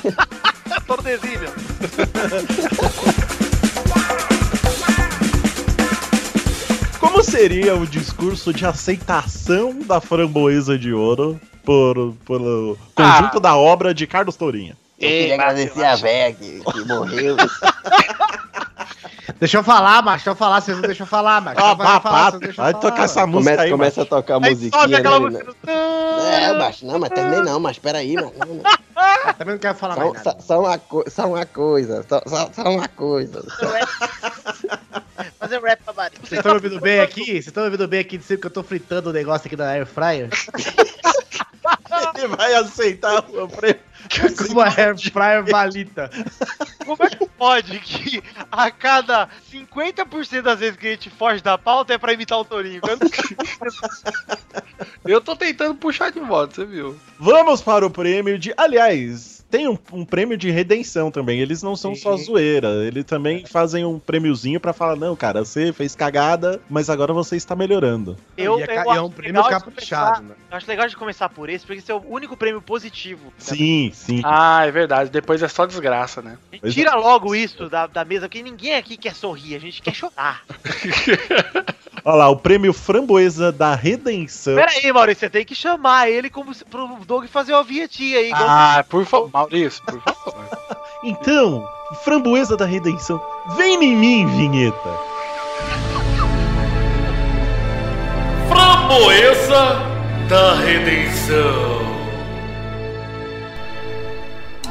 <laughs>
Tordesilha.
Como seria o discurso de aceitação da framboesa de ouro por, pelo
Ah.
conjunto da obra de Carlos Tourinho?
Eu queria agradecer a véia que, que morreu.
Deixa eu falar, macho, deixa eu falar, vocês não deixam eu falar, macho.
Ah,
Deixa eu falar,
babado.
vocês não deixam eu
Vai tocar essa música
começa,
aí, mano.
começa a tocar a
Aí
musiquinha.
sobe aquela
né,
música.
menina?
Tã.
né?
É, macho, não, mas também não, mas peraí, mas não, né? não.
falar. Também não quero falar mais
Só,
nada.
só- só uma co- só uma coisa, só, só- só uma coisa.
Fazer rap pra Mari.
Vocês estão me ouvindo bem aqui? Vocês estão me ouvindo bem aqui de cima que eu tô fritando o negócio aqui da Air Fryer?
Ele vai aceitar o prêmio.
Com uma Air Fryer valita.
Como é que pode que a cada 5 50% das vezes que a gente foge da pauta é pra imitar o Torinho. Eu
<laughs>
Eu tô tentando puxar de volta, você viu?
Vamos para o prêmio de. Aliás, tem um, um prêmio de redenção também. Eles não são só zoeira. Eles também fazem um prêmiozinho pra falar: não, cara, você fez cagada, mas agora você está melhorando.
eu
e é, ca-
acho
e é um prêmio
legal de
caprichado, né?
começar- eu acho legal de começar por esse, porque esse é o único prêmio positivo. né?
Sim, sim.
Ah, é verdade. Depois é só desgraça, né?
A gente
é.
tira logo isso da, da mesa, porque ninguém aqui quer sorrir, a gente quer
<laughs>
chorar.
Olha lá, o prêmio Framboesa da Redenção.
Pera aí, Maurício, você tem que chamar ele como se- pro Doug fazer uma vinhetinha aí. igual-
Ah, por favor, <laughs> Maurício, por favor.
Então, Framboesa da Redenção, vem em mim, vinheta.
Framboesa da Redenção.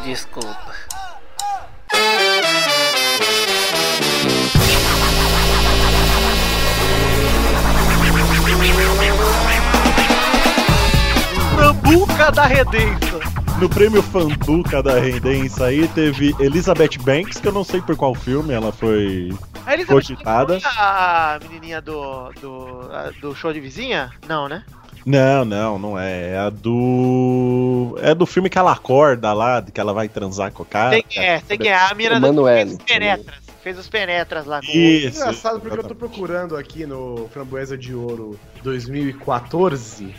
Desculpa.
Frambuca da Redenção.
No prêmio Fambuca da Redença aí teve Elizabeth Banks, que eu não sei por qual filme ela foi.
A Elizabeth
Cogitada.
foi A menininha do, do, a- do show de vizinha? Não, né?
Não, não, não é. É a do. É do filme que ela acorda lá, que ela vai transar com o
Ah,
cara.
Tem
tá.
que é, tem que é. A mina
O
da-
Manoel.
fez os penetras. Fez os penetras lá com o.
Isso.
Engraçado, porque eu tô procurando aqui no Framboesa de Ouro 2014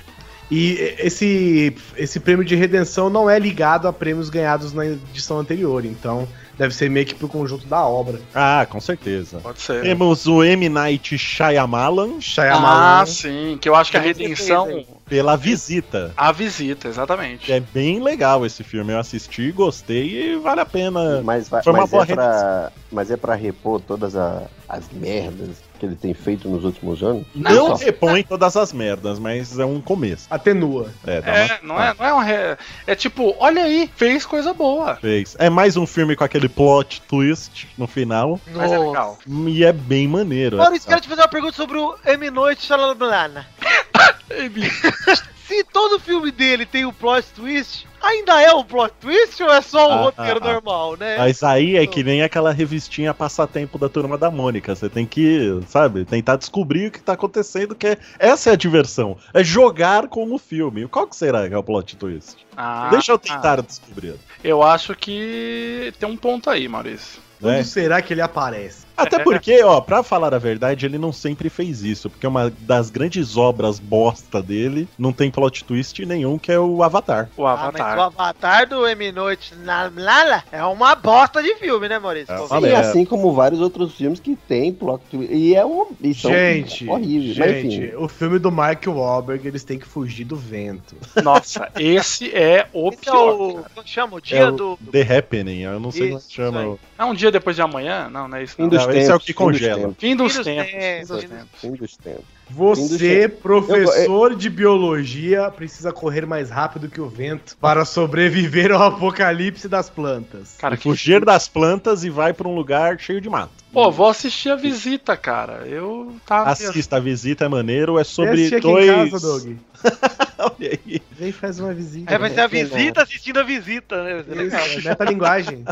e esse, esse prêmio de redenção não é ligado a prêmios ganhados na edição anterior, então deve ser meio que pro conjunto da obra.
Ah, com certeza.
Pode ser.
É,
Temos o M. Night Shyamalan
Shyamalan,
Ah, sim, que eu acho que a redenção,
pela visita.
a visita, exatamente.
É bem legal esse filme. Eu assisti, gostei e vale a pena.
Mas, vai,
Ah, Foi uma
mas,
boa
é pra, mas é pra repor todas a- as merdas que ele tem feito nos últimos anos.
Não repõe todas as merdas, mas é um começo.
Ah.
atenua.
É, dá uma
É, não é, não é um re... É tipo, olha aí, fez coisa boa.
Fez. É mais um filme com aquele plot twist no final.
Mas é legal.
E é bem maneiro.
Maurício,
é,
quero te fazer uma pergunta sobre o M. Noite
<laughs>
Shyamalan. Se todo filme dele tem o plot twist, ainda é um plot twist ou é só um
Ah,
roteiro
ah, ah.
normal, né?
Mas aí é que nem aquela revistinha passatempo da turma da Mônica. Você tem que, sabe, tentar descobrir o que tá acontecendo, que é, essa é a diversão. É jogar com o filme. Qual que será que é o plot twist?
Ah,
Deixa eu
tá.
tentar descobrir. né?
Eu acho que tem um ponto aí, Maurício.
Né?
Quando será que ele aparece?
Até porque, ó, pra falar a verdade, ele não sempre fez isso, porque uma das grandes obras bosta dele não tem plot twist nenhum, que é o Avatar.
O
Ah, mas
Avatar.
o Avatar do M. Noite Shyamalan é uma bosta de filme, né, Maurício?
É uma
Sim,
Olha,
assim como vários outros filmes que tem plot twist. E é um. E são
gente,
horríveis. Mas
gente,
enfim.
o filme do Mark Wahlberg, eles têm que fugir do vento.
Nossa, esse é o
Esse é o.
pior. cara.
Como chama? O
É
dia
o
do. do-
The Happening, eu não sei como
Isso,
se chama.
isso
É um dia depois de amanhã? Não, não é isso.
Fim
Não.
do-
dos
Não,
tempos.
esse é o que
fim dos
congela.
tempos,
Fim dos
Fim dos
tempos.
tempos,
fim dos
fim dos
tempos.
Fim dos tempos.
Você, professor de biologia, precisa correr mais rápido que o vento para sobreviver ao apocalipse das plantas.
Cara, que...
Fugir das plantas e vai pra um lugar cheio de mato.
Pô, vou assistir a visita, cara. Eu tá
Ah,
tava.
Assista a visita, é maneiro, é
Vem
sobre
assistir
dois.
Doug.
<laughs> Olha aí.
Vem faz uma visita.
É, vai ser a visita assistindo a visita, né? Vai ser legal.
Isso, é <laughs> metalinguagem.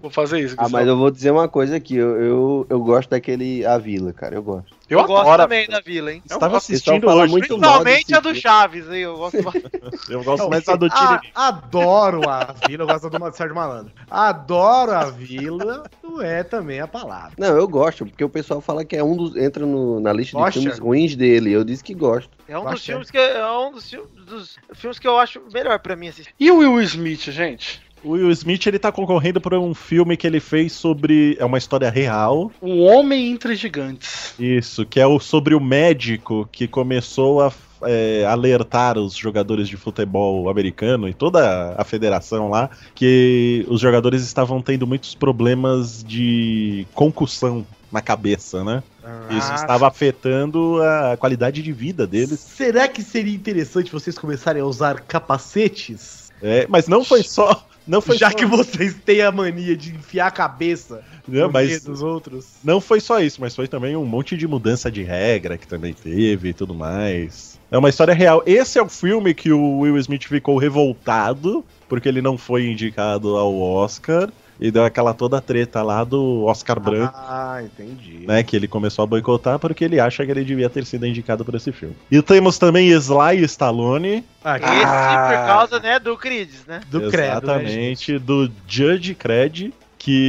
Vou fazer isso.
Ah,
Gustavo.
mas eu vou dizer uma coisa aqui. Eu, eu, eu gosto daquele A Vila, cara. Eu gosto.
eu,
gosto
adoro.
também da vila, hein?
Estava
gosto. Eles
assistindo
falam
hoje.
muito mal
Principalmente
desse
a do
filme.
Chaves, hein? Eu gosto bastante.
Eu gosto mais da do
Ah,
Tiririca.
adoro a vila, eu gosto do Sérgio Malandro. Adoro a vila, não é também a palavra.
Não, eu gosto, porque o pessoal fala que é um dos. Entra no- na lista
Gosta?
de filmes ruins dele. Eu disse que gosto.
É um dos
Bastante.
filmes que é um dos, fil- dos filmes que eu acho melhor pra mim assistir.
E o Will Smith, gente?
O Will Smith ele tá concorrendo por um filme que ele fez sobre. É uma história real.
O Um Homem entre Gigantes.
Isso, que é o sobre o médico que começou a é, alertar os jogadores de futebol americano e toda a federação lá que os jogadores estavam tendo muitos problemas de concussão na cabeça, né?
Ah,
Isso estava afetando a qualidade de vida deles.
Será que seria interessante vocês começarem a usar capacetes?
É, mas não foi só. Não foi
Já
só,
que vocês têm a mania de enfiar a cabeça
não,
no meio
mas
dos outros.
não foi só isso, mas foi também um monte de mudança de regra que também teve e tudo mais. É uma história real. Esse é o filme que o Will Smith ficou revoltado porque ele não foi indicado ao Oscar. E deu aquela toda treta lá do Oscar Branco.
Ah, entendi.
né, que ele começou a boicotar porque ele acha que ele devia ter sido indicado por esse filme. E temos também Sly Stallone,
Aqui,
Esse por
Ah.
causa, né, do Creeds, né?
do credo, né, gente?
exatamente, do Judge Cred,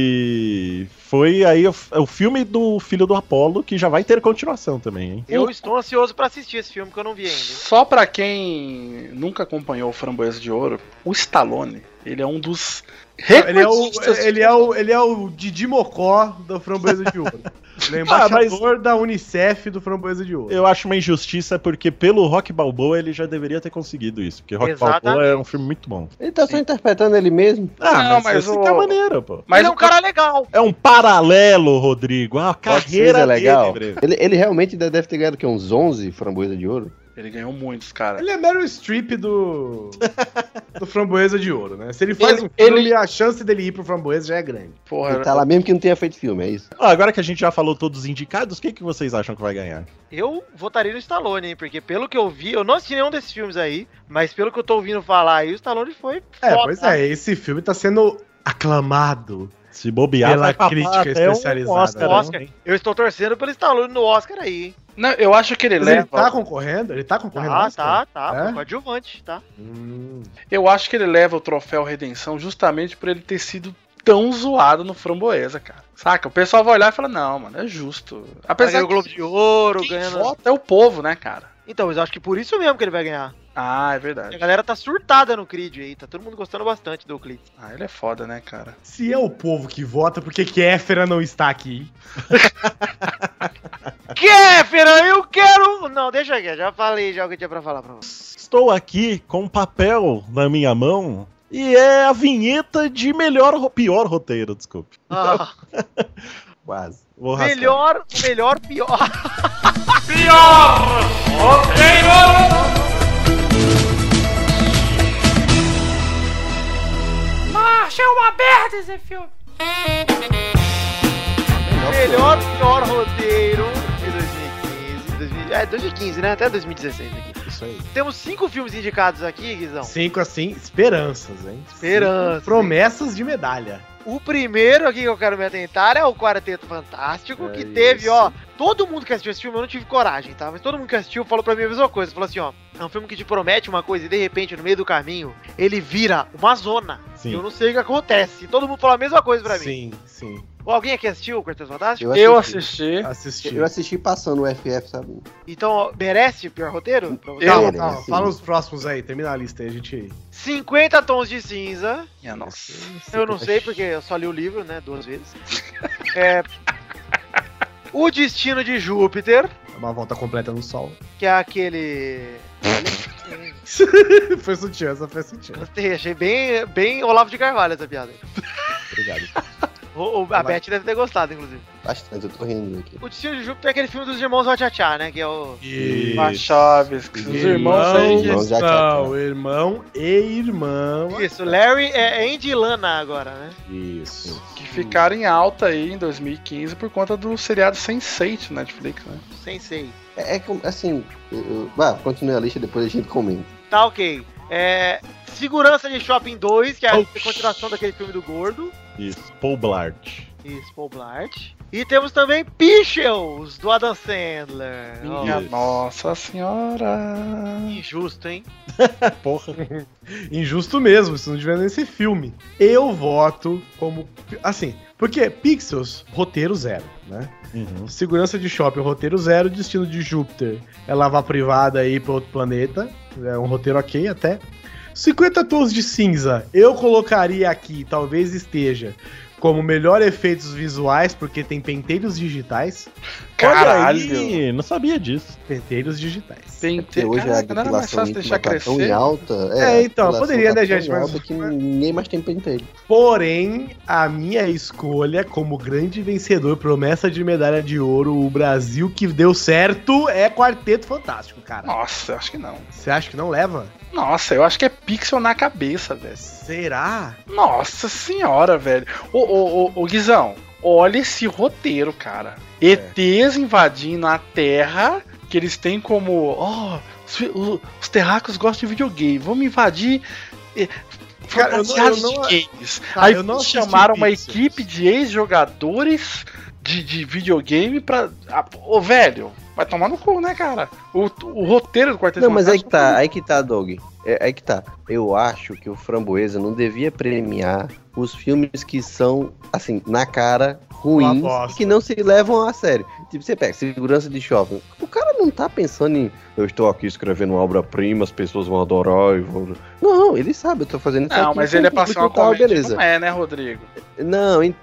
que foi aí o, o filme do Filho do Apolo, que já vai ter continuação também, hein?
Eu estou ansioso pra assistir esse filme que eu não vi ainda.
Só pra quem nunca acompanhou o Framboesa de Ouro, o Stallone, ele é um dos
Ele é, o,
recordistas de-
ele, é o, ele é o Didi Mocó do Framboesa de Ouro. Ele
<laughs>
é embaixador da Unicef do Framboesa de Ouro.
Ah, Eu acho uma injustiça porque pelo Rock Balboa ele já deveria ter conseguido isso, porque Rock
Exatamente.
Balboa é um filme muito bom.
Ele tá só interpretando ele mesmo.
Ah,
Não,
mas,
mas
assim
o-
que é maneiro, pô.
Mas
ele é
o
um cara legal.
É um paralelo, Rodrigo, a carreira
Carreira é legal.
dele, Breno.
Ele, ele realmente ainda deve ter ganhado que uns 11 framboesa de ouro.
Ele ganhou muitos, cara.
Ele é Meryl Streep
<laughs>
do. do Framboesa de Ouro, né? Se ele faz
Ele-
um filme, a chance dele ir pro Framboesa já é grande.
Porra,
Ele tá lá mesmo que não tenha feito filme, é isso.
Ah, agora que a gente já falou todos os indicados, quem que vocês acham que vai ganhar?
Eu votaria no Stallone, hein? Porque pelo que eu vi, eu não assisti nenhum desses filmes aí, mas pelo que eu tô ouvindo falar aí, o Stallone foi
É,
foda.
pois é, esse filme tá sendo aclamado.
Se bobear,
Pela
vai papar
crítica
até um
especializada,
Oscar,
né?
né?
Oscar. Eu estou torcendo pelo Stallone no Oscar aí, hein?
não, eu acho que ele
Mas ele
leva.
tá concorrendo? Ele tá concorrendo?
Tá,
ao Oscar?
tá, tá.
É?
foi Coadjuvante, tá?
Hum.
Eu acho que ele leva o troféu Redenção justamente por ele ter sido tão zoado no Framboesa, cara. Saca? O pessoal vai olhar e fala, não, mano, é justo. Apesar
Ganhou
que
o Globo de Ouro,
quem
ganhando.
vota é o povo, né, cara?
Então, mas eu acho que por isso mesmo que ele vai ganhar.
Ah, é
A
verdade.
galera tá surtada no Creed aí, tá todo mundo gostando bastante do Creed.
Ah, ele é foda, né, cara?
Se é o povo que vota, por que que Éfera não está aqui?
É.
Que, Fernando? Eu quero. Não, deixa aqui, já falei já o que tinha pra falar pra você.
Estou aqui com um papel na minha mão e é a vinheta de melhor ro- pior roteiro, desculpe.
<laughs>
Ah,
Quase.
Vou rascar.
melhor, melhor, pior.
Pior roteiro!
Nossa, é uma merda esse filme!
melhor, pior roteiro de 2015. 2000 É, 2015, né? Até 2016 aqui.
Isso aí.
Temos cinco filmes indicados aqui, Guizão.
Cinco assim, esperanças, hein?
Esperanças.
Cinco Promessas de medalha.
O primeiro aqui que eu quero me atentar é o Quarteto Fantástico, que teve, ó. Todo mundo que assistiu esse filme, eu não tive coragem, tá? Mas todo mundo que assistiu falou pra mim a mesma coisa. Falou assim, ó. É um filme que te promete uma coisa e de repente, no meio do caminho, ele vira uma zona.
Sim.
Eu não sei o que acontece. E todo mundo falou a mesma coisa pra mim.
Sim, sim.
Ou alguém aqui assistiu o Quarteto Fantástico?
Eu assisti. Ah,
Assisti.
Eu assisti passando o FF, sabe?
Então, ó, merece o pior roteiro? Pra você?
Calma,
Eu-
calma.
Sim.
Fala os próximos aí, termina a lista aí, a gente.
50 Tons de Cinza.
Minha nossa.
Eu não sei, porque eu só li o livro, né? Duas vezes. É, o Destino de Júpiter,
É Uma volta completa no sol. <laughs>
que é aquele...
foi sutiã, essa foi sutiã.
Gostei, achei bem, bem Olavo de Carvalho essa piada.
Obrigado.
O, o- a Beth deve ter gostado, inclusive.
Bastante, eu tô rindo aqui.
O Destino de Júpiter é aquele filme dos irmãos Wachachá, né? Que é o...
E...
A Chaves, que os irmãos aí.
irmão, já
Não, irmão e irmão.
Isso, Larry é Andy e Lana agora, né?
Isso.
Que ficaram em alta aí em 2015 por conta do seriado Sense8 na Netflix, né?
Sensei.
É, é como- assim. eu- eu- Vá, continue a lista, depois a gente comenta.
Tá ok. É, Segurança de Shopping 2, que é a
Oxi.
continuação daquele filme do Gordo.
Isso. Paul Blart.
Isso, Paul Blart. E temos também Pichels, do Adam Sandler. Ó,
Minha nossa senhora.
Injusto, hein?
Porra.
Injusto mesmo, se não tiver nesse filme. Eu voto como. Assim, porque Pixels, roteiro zero, né?
Uhum.
Segurança de shopping, roteiro zero. Destino de Júpiter é lavar privada aí pra outro planeta. É um roteiro ok até. 50 tons de cinza. Eu colocaria aqui, talvez esteja, como melhor efeitos visuais, porque tem penteiros digitais.
Caralho.
Olha aí, não sabia disso.
Penteiros digitais.
Tem
Porque hoje a
Caraca, não era mais
depilação
fácil deixar
íntima tá tão em
crescer.
alta.
É,
a
então,
depilação
poderia,
tá tão
né, gente,
em
mas-
alta que ninguém mais tem penteiro.
Porém, a minha escolha como grande vencedor, promessa de medalha de ouro, o Brasil que deu certo é Quarteto Fantástico, cara.
Nossa, eu acho que não.
Você acha que não leva?
Nossa, eu acho que é pixel na cabeça, velho.
Será?
Nossa senhora, velho. Ô, ô, ô, ô Guizão, olha esse roteiro, cara.
É.
ETs invadindo a Terra, que eles têm como. Ó, os, fi- o- os terráqueos gostam de videogame, vamos invadir. eh, Cara,
eu não-
piadas
eu não-
de games.
Cara,
Aí
eu não
eles
assisti
chamaram uma
Pixels.
equipe de ex-jogadores de, de videogame pra. Ah, Ô, velho, vai tomar no cu, né, cara? O, o roteiro do Quarteto
Não, mas aí que
Fantástico-
tá, aí que tá, Doug. É, aí que tá. Eu acho que o Framboesa não devia premiar os filmes que são, assim, na cara, ruins
Uma bosta.
e que não se levam a sério. Tipo, você pega segurança de shopping. O cara não tá pensando em eu estou aqui escrevendo uma obra-prima, as pessoas vão adorar e vão. Não, ele sabe, eu tô fazendo isso
Não,
aqui
mas
com
ele é
o público
passar uma
e tal,
comédia.
beleza.
Não é, né, Rodrigo?
Não, en-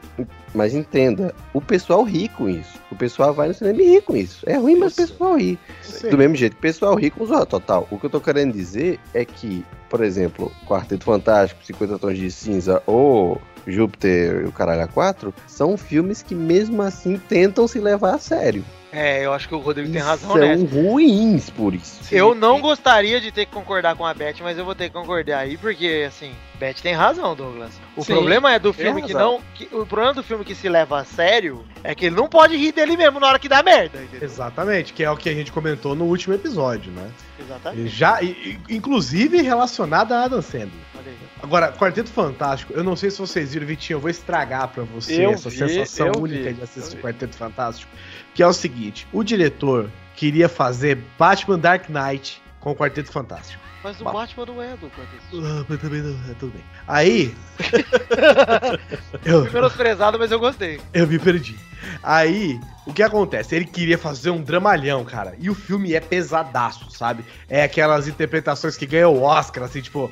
mas entenda, o pessoal ri com isso. O pessoal vai no cinema e ri com isso. É ruim, mas o pessoal ri.
Sim.
Do mesmo jeito que o pessoal ri com zoa total. O que eu tô querendo dizer é que, por exemplo, Quarteto Fantástico, 50 Tons de Cinza ou Júpiter e o Caralho a 4 são filmes que mesmo assim tentam se levar a sério.
É, eu acho que o Rodrigo tem
E
razão né?
são
nessa.
ruins por isso.
Eu não gostaria de ter que concordar com a Beth, mas eu vou ter que concordar aí, porque assim, Beth tem razão, Douglas. O
Sim,
problema é do
tem
filme que
razão.
não. que- o problema do filme que se leva a sério é que ele não pode rir dele mesmo na hora que dá merda, entendeu?
Exatamente, que é o que a gente comentou no último episódio, né?
Exatamente.
E Já, e- e- inclusive relacionado a Adam Sandler.
Olha aí.
Agora, Quarteto Fantástico, eu não sei se vocês viram, Vitinho, eu vou estragar pra você
Eu
essa
vi,
sensação
eu
única
vi,
de assistir
eu vi.
Quarteto Fantástico, que é o seguinte, o diretor queria fazer Batman Dark Knight com o Quarteto Fantástico.
Mas o
Bom.
Batman não é do
<laughs>
Quarteto.
Ah, mas também não, é, tudo bem. Aí, eu,
Menosprezado, mas eu gostei.
eu me perdi. Aí, o que acontece? Ele queria fazer um dramalhão, cara, e o filme é pesadaço, sabe? É aquelas interpretações que ganham o Oscar, assim, tipo,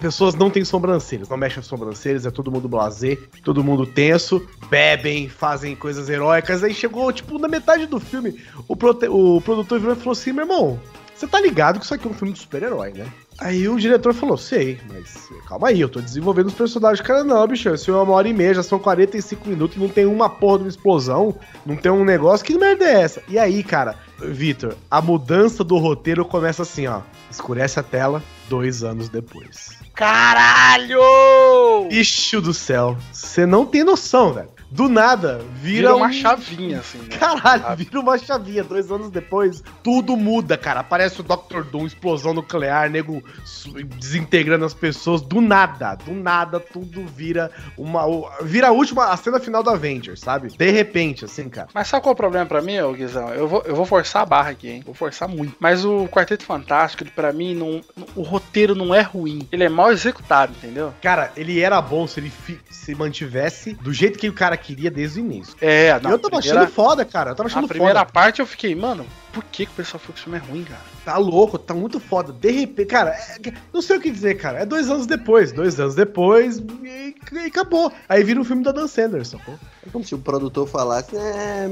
pessoas não têm sobrancelhas, não mexem as sobrancelhas, é todo mundo blasé, todo mundo tenso, bebem, fazem coisas heróicas. Aí chegou, tipo, na metade do filme, o, prote- o produtor virou e falou assim: meu irmão, você tá ligado que isso aqui é um filme de super-herói, né? Aí o diretor falou: sei, mas calma aí, eu tô desenvolvendo os personagens. Cara, não, bicho, isso é uma hora e meia, já são 45 minutos, não tem uma porra de uma explosão, não tem um negócio, que merda é essa? E aí, cara, Vitor, a mudança do roteiro começa assim, ó. Escurece a tela dois anos depois.
Caralho!
Bicho do céu, você não tem noção, velho. Do nada, vira,
Vira uma
um-
chavinha, assim, né?
Caralho, vira uma chavinha. Dois anos depois, tudo muda, cara. Aparece o Dr. Doom, explosão nuclear, nego su- desintegrando as pessoas. Do nada, do nada, tudo vira uma. o- Vira a última, a cena final do Avengers, sabe? De repente, assim, cara.
Mas sabe qual é o problema pra mim, ô Guizão? Eu vou, eu vou forçar a barra aqui, hein? Vou forçar muito. Mas o Quarteto Fantástico, ele, pra mim, não, o roteiro não é ruim. Ele é mal executado, entendeu?
Cara, ele era bom se ele fi- se mantivesse do jeito que o cara queria desde o início.
É,
E eu tava
a primeira-
achando foda, cara. Eu tava achando
A primeira
foda.
parte eu fiquei, mano, por que, que o pessoal falou que isso não é ruim, cara?
Tá louco, tá muito foda. De repente, cara, é- não sei o que dizer, cara. É dois anos depois, dois anos depois e, e acabou. Aí vira um filme da Dan Sanders, sacou?
É como se o produtor falasse, é,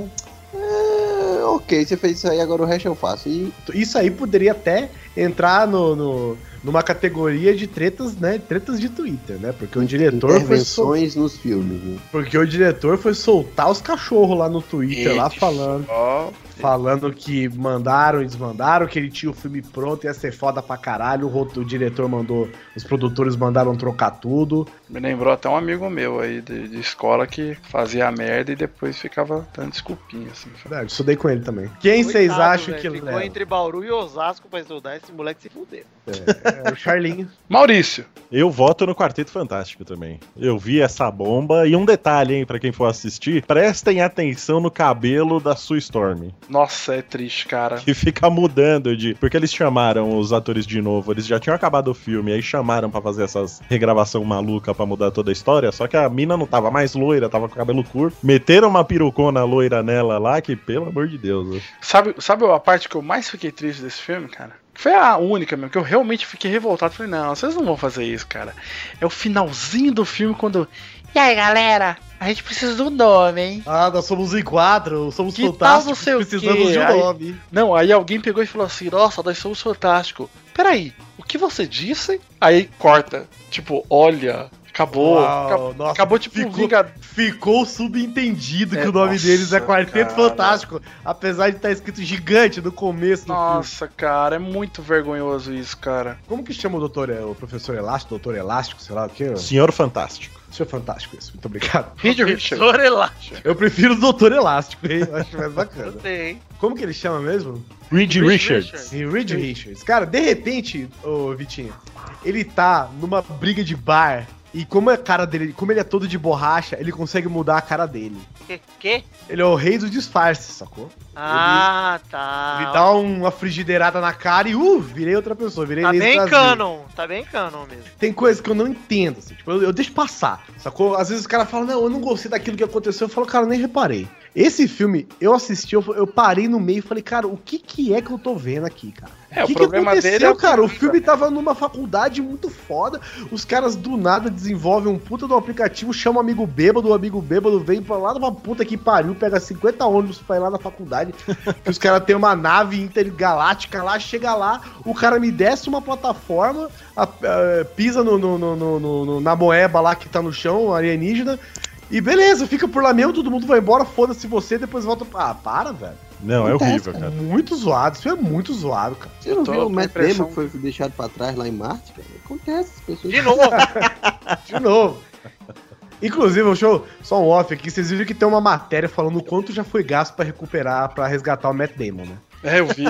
é, ok, você fez isso aí, agora o resto eu faço. E
Isso aí poderia até entrar no, no- numa categoria de tretas, né? Tretas de Twitter, né? Porque o diretor foi, sol-
intervenções nos filmes. né?
porque o diretor foi soltar os cachorros lá no Twitter, lá
Ele
falando.
Ó,
Falando que mandaram e desmandaram, que ele tinha o filme pronto, ia ser foda pra caralho. O, roto- o diretor mandou, os produtores mandaram trocar tudo.
me lembrou até um amigo meu aí de, de escola que fazia a merda e depois ficava dando desculpinha, assim.
Verdade, estudei com ele também. Quem vocês
Coitado,
acham
velho,
que
né?
é?
Ficou
leva?
entre Bauru e Osasco pra estudar esse moleque se fuder.
É, o Charlinho.
Maurício,
Eu voto no Quarteto Fantástico também. Eu vi essa bomba. E um detalhe, hein, pra quem for assistir: prestem atenção no cabelo da Sue Storm.
nossa, é triste, cara.
que fica mudando de. Porque eles chamaram os atores de novo, eles já tinham acabado o filme, aí chamaram pra fazer essas regravação maluca pra mudar toda a história, só que a mina não tava mais loira, tava com cabelo curto. Meteram uma perucona loira nela lá, que pelo amor de Deus.
Sabe, sabe a parte que eu mais fiquei triste desse filme, cara? Foi a única mesmo, que eu realmente fiquei revoltado. Falei, não, vocês não vão fazer isso, cara. É o finalzinho do filme quando. E aí, galera? A gente precisa de um nome,
<laughs>
hein?
Ah, nós somos em quadro, somos
Que
fantásticos,
tal não sei o
precisamos
quê?
de um
Aí-
nome.
Não, aí alguém pegou e falou assim: Nossa, nós somos fantásticos. Peraí, o que você disse? Aí corta. Tipo, olha, Acabou.
Uau,
Acab-
nossa,
acabou tipo
ficou-
Vingadores.
Ficou subentendido
É,
que o nome
nossa,
deles é Quarteto
cara.
Fantástico, apesar de estar escrito gigante no começo do filme.
Nossa, cara, é muito vergonhoso isso, cara.
Como que chama o doutor, eh, o professor Elástico, doutor Elástico, sei lá o que?
Senhor Fantástico.
Isso é fantástico isso, muito obrigado.
Vídeo Richard.
Professor Elástico.
Eu prefiro o doutor Elástico, hein? Eu acho mais bacana.
Gostei, hein?
Como que ele chama mesmo?
Reed Richards.
Sim, Reed Richards. Cara, de repente, ô Vitinho, ele tá numa briga de bar e como é a cara dele, como ele é todo de borracha, ele consegue mudar a cara dele.
Que? que?
Ele é o rei do disfarce, sacou?
Ah, tá.
Ele dá uma frigideirada na cara e, uh, virei outra pessoa, virei
Tá
Lazy
bem
Brasil.
canon. Tá bem canon mesmo.
Tem coisa que eu não entendo, assim, tipo, eu, eu deixo passar, sacou? Às vezes os caras falam, não, eu não gostei daquilo que aconteceu, eu falo, cara, eu nem reparei. Esse filme, eu assisti, eu, eu parei no meio e falei, cara, o que que é que eu tô vendo aqui, cara?
É,
o
o
que, que
problema
aconteceu,
dele é o
cara? O
filme,
filme tava numa faculdade muito foda. Os caras do nada desenvolvem um puta do aplicativo, chama um amigo bêbado, o amigo bêbado vem pra lá numa puta que pariu, pega 50 ônibus pra ir lá na
<laughs>
faculdade. que os caras têm uma nave intergaláctica lá, chega lá, o cara me desce uma plataforma, a- a- pisa no, no- no- no- no- no- na moeba lá que tá no chão, alienígena. E beleza, fica por lá mesmo, todo mundo vai embora, foda-se você, depois volta. pra- Ah, para, velho.
Não, é horrível, cara.
Muito zoado, isso é muito zoado, cara.
Você não
tô
viu o
com
Matt
impressão
Damon que foi deixado pra trás lá em Marte? Cara? Acontece, as pessoas...
De novo.
De novo. Inclusive, deixa eu só um off aqui. Vocês viram que tem uma matéria falando o quanto já foi gasto pra recuperar, pra resgatar o Matt Damon, né?
É, eu vi.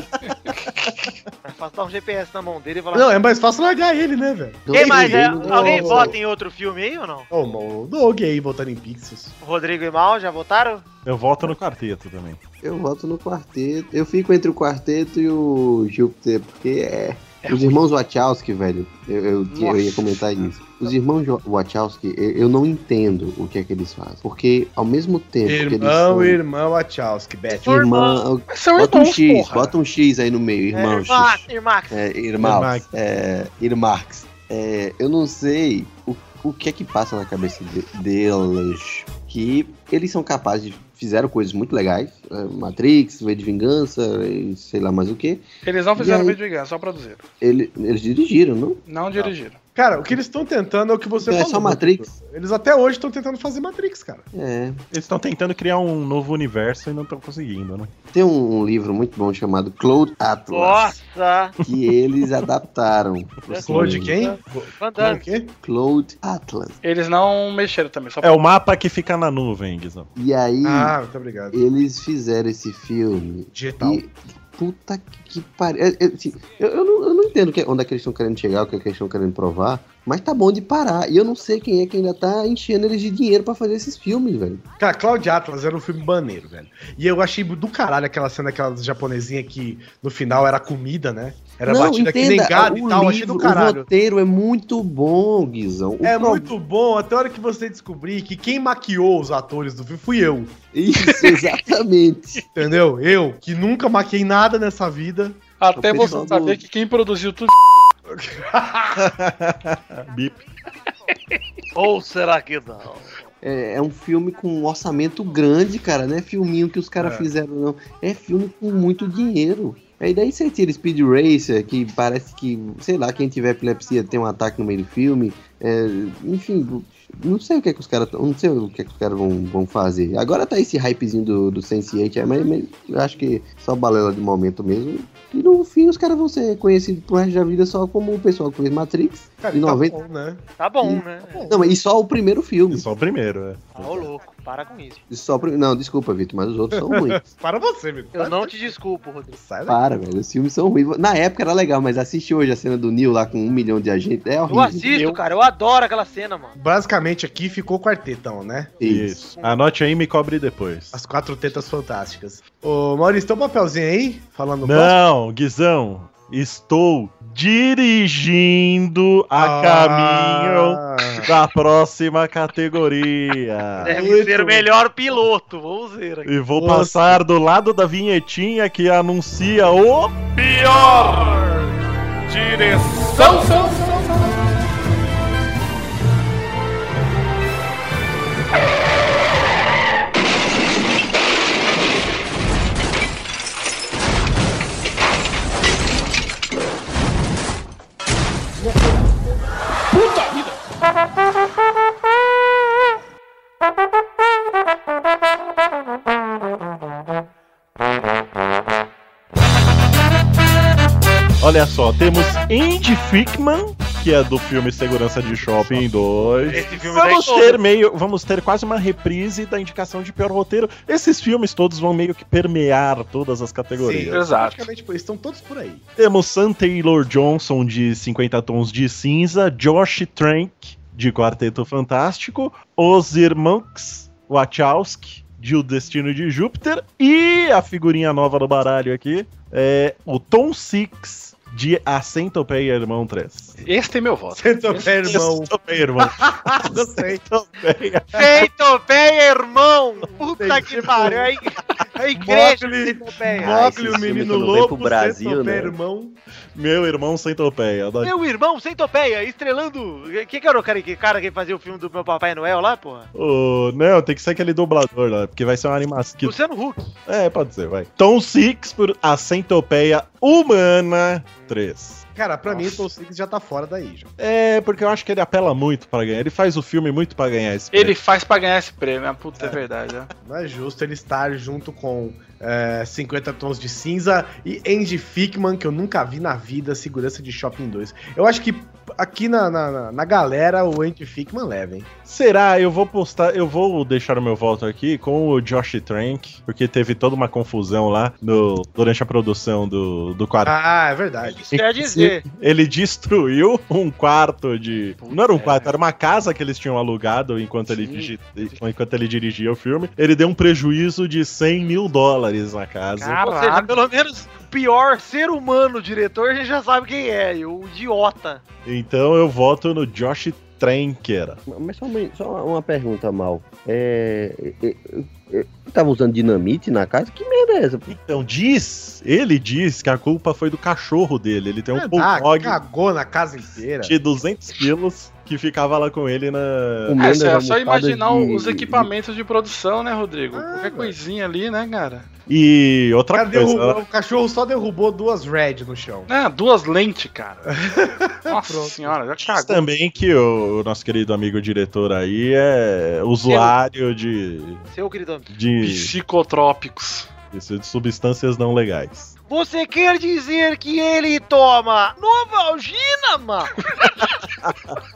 Passar um GPS na mão dele e falar. assim,
Não, é mais fácil largar ele, né, velho?
Quem mais? É, alguém
Ô, ô,
vota em outro filme aí ou não?
Ô, oh, o Doug aí voltando em Pixels.
Rodrigo e Mal já votaram?
Eu volto no quarteto também.
Eu voto no quarteto. Eu fico entre o quarteto e o Júpiter, porque é. Os irmãos Wachowski, velho, eu, eu- eu ia comentar isso. Os irmãos Jo- Wachowski, eu, eu não entendo o que é que eles fazem. Porque ao mesmo tempo que eles
Irmão,
são.
irmão Wachowski, Beth.
Irmã,
Mas são
bota um
irmãos,
X,
porra.
bota um X aí no meio,
É,
irmão. X.
Irmax, Irmax.
É, irmão.
Irmão.
É, Irmax. É, eu não sei o, o que é que passa na cabeça de- deles. Que eles são capazes de. Fizeram coisas muito legais. é, Matrix, V de Vingança, e sei lá mais o que.
Eles não
E
fizeram
aí?
vídeo de guerra, só produziram.
Ele- eles dirigiram, não?
Não dirigiram.
Cara, o que eles estão tentando é o que você
é só Matrix.
Eles até hoje estão tentando fazer Matrix, cara.
É.
Eles estão tentando criar um novo universo e não estão conseguindo, né?
Tem um, um livro muito bom chamado Cloud Atlas,
Nossa.
que eles adaptaram. pro
Claude
cinema.
quem? é
Van
Claude
Damme.
quem?
Cloud Atlas.
Eles não mexeram também, só
É o mapa que fica na nuvem, Guizão.
E aí,
Ah, muito obrigado.
eles fizeram esse filme
Digital.
E, puta que pariu. É, é, assim, eu, eu não, eu não entendo que- onde é que eles estão querendo chegar, o que é que eles estão querendo provar, mas tá bom de parar. E eu não sei quem é que ainda tá enchendo eles de dinheiro pra fazer esses filmes, velho.
Cara, Cloud Atlas era um filme maneiro, velho. E eu achei do caralho aquela cena daquela japonesinha que no final era comida, né? Era batida que nem gado e
o é
tal. achei
um livro,
do
o
caralho.
roteiro é muito bom, Guizão. O
É
pro-
muito bom, até a hora que você descobrir que quem maquiou os atores do filme fui eu.
<laughs> Isso, exatamente.
Entendeu? Eu, que nunca maquei nada nessa vida.
Até
Eu
você
pensava-
saber que quem produziu tudo.
Bip.
<laughs> Ou será que não?
É, é um filme com um orçamento grande, cara. Não é filminho que os caras
É.
fizeram, não. É filme com muito dinheiro. Aí daí você tira Speed Racer, que parece que, sei lá, quem tiver epilepsia tem um ataque no meio do filme. É, enfim, não sei o que é que os caras. tão- Não sei o que é que os caras vão, vão fazer. Agora tá esse hypezinho do, do Sense8, aí, mas, mas eu acho que só balela de momento mesmo. E no fim os caras vão ser conhecidos pro resto da vida só como o pessoal que fez Matrix.
Cara,
E
tá
90
bom, né?
Tá bom, né?
Não, mas e só o primeiro filme.
Só o primeiro, é.
Tá ô louco, para com isso.
Só o prim- Não, desculpa, Vitor, mas os outros são ruins.
Para você, meu.
Eu não te desculpo, Rodrigo.
Sai daqui.
Para, velho. Os filmes são ruins. Na época era legal, mas assiste hoje a cena do Neil lá com um milhão de agentes. É
Eu
horrível.
assisto, cara. Eu adoro aquela cena, mano.
Basicamente aqui ficou o quartetão, né?
Isso.
Isso. Anote aí e me cobre depois.
As quatro tetas fantásticas. Ô, Maurício, tem um papelzinho aí? Falando um próximo?
Não, Guizão. Estou dirigindo a caminho
Ah.
da próxima categoria.
Deve ser o melhor piloto. Vamos ver aqui.
E vou
Nossa.
passar do lado da vinhetinha que anuncia o.
Pior direção.
Olha só, temos Andy Fickman, que é do filme Segurança de Shopping 2.
Esse
né,
filme
Vamos
daí
ter meio, vamos ter quase uma reprise da indicação de pior roteiro. Esses filmes todos vão meio que permear todas as categorias.
Sim.
Exato.
Praticamente, pô, estão todos por aí.
Temos Sam Taylor Johnson de 50 Tons de Cinza, Josh Trank de Quarteto Fantástico, os irmãos Wachowski de O Destino de Júpiter e a figurinha nova do baralho aqui é o Tom Six de A Centopeia Irmão 3.
Esse tem meu voto.
Centopeia, irmão.
Centopeia <laughs> Irmão.
Gostei.
Centopeia.
Feito bem, irmão! Puta que
Tipo-
pariu! É ig- é igreja
Mogli-
feito bem.
Mo-
Mogli, o
esse filme
menino
quando veio
louco,
pro Brasil,
Centopeia,
né?
irmão.
Meu irmão Centopeia. Da-
Meu irmão, sem topeia, estrelando. Quem que era o cara que, cara que fazia o filme do meu Papai Noel lá, porra?
Ô, não, tem que ser aquele dublador lá, porque vai ser uma animação. que-
Luciano Huck.
É, pode ser, vai. Tom Six por A Centopeia Humana 3.
Cara, pra mim, o Tom Six já tá fora daí, já.
É, porque eu acho que ele apela muito pra ganhar. Ele faz o filme muito pra ganhar esse
Ele faz pra ganhar esse prêmio, ah, puta, é verdade. né?
Não é justo ele estar junto com é, 50 Tons de Cinza e Andy Fickman, que eu nunca vi na vida, Segurança de Shopping 2. Eu acho que aqui na, na, na- na galera o Andy Fickman leva, hein?
Será? Eu vou postar, eu vou deixar o meu voto aqui com o Josh Trank, porque teve toda uma confusão lá no- durante a produção do, do quadro.
Ah, é verdade.
Isso quer dizer.
Ele destruiu um quarto de. Não era um quarto, era uma casa que eles tinham alugado enquanto ele,
Sim.
digi- enquanto ele dirigia o filme. Ele deu um prejuízo de 100 mil dólares na casa.
Ou seja, pelo menos o pior ser humano diretor, a gente já sabe quem é, e o idiota.
Então eu voto no Josh Tranker.
Mas só uma, só uma- uma pergunta, Mal. É, é, é, é, tava usando dinamite na casa? Que merda é essa?
Então diz, ele diz que a culpa foi do cachorro dele. Ele tem um
Ah,
bulldog
cagou na casa inteira.
de 200 quilos que ficava lá com ele na.
Comendo
É, só- é
as
só
almofadas
imaginar
de-
os equipamentos de produção, né, Rodrigo?
Ah,
Qualquer
velho.
coisinha ali, né, cara?
E outra
Cara,
coisa,
derrubou-
ela-
o cachorro só derrubou duas red no chão.
Ah, duas lentes, cara. Nossa
Pronto.
senhora, já
diz
cagou.
também que o, o nosso querido amigo diretor aí é usuário de,
Seu querido amigo.
de,
Psicotrópicos.
isso, de substâncias não legais.
Você quer dizer que ele toma Novalgina, mano?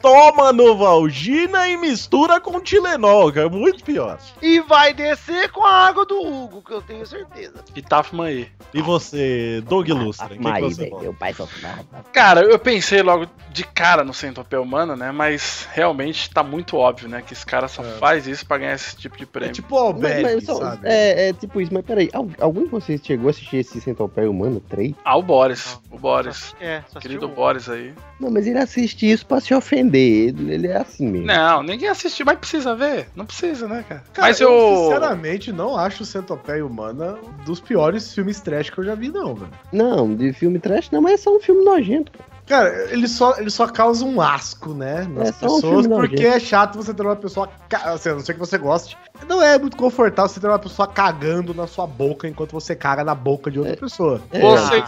Toma Novalgina e mistura com Tilenol, que é muito pior.
E vai descer com a água do Hugo, que eu tenho certeza.
E Tafmaí.
E você, Doug
Ah,
Lustre, o que, que
Maí,
você
velho,
vota?
meu pai só fumava.
Cara, eu pensei logo de cara no Centopeia Humana, né? Mas realmente tá muito óbvio, né? Que esse cara só faz isso pra ganhar esse tipo de
É
prêmio.
tipo o
Mas-
Albert,
mas só-
sabe?
é, é tipo isso, mas peraí, al- algum de vocês chegou a assistir esse Centopeia Humano 3?
Ah, o Boris. O Boris.
Só- É, só
Querido
assistiu um.
Boris aí.
Não, mas ele assiste isso pra se ofender, ele, ele é assim mesmo.
Não, ninguém assistiu, mas precisa ver. Não precisa, né, cara?
Cara,
mas eu.
sinceramente não acho o Centopeia Humana um dos piores filmes trash que eu já vi, não, velho.
Não, de filme trash não, mas é só um filme nojento.
Cara, ele só, ele só causa um asco, né? Nas
É só um
pessoas,
filme nojento.
porque é chato você ter uma pessoa. Ca... Assim, a não sei que você goste. Não é muito confortável você ter uma pessoa cagando na sua boca enquanto você caga na boca de outra pessoa.
É,
Vocês
Ah,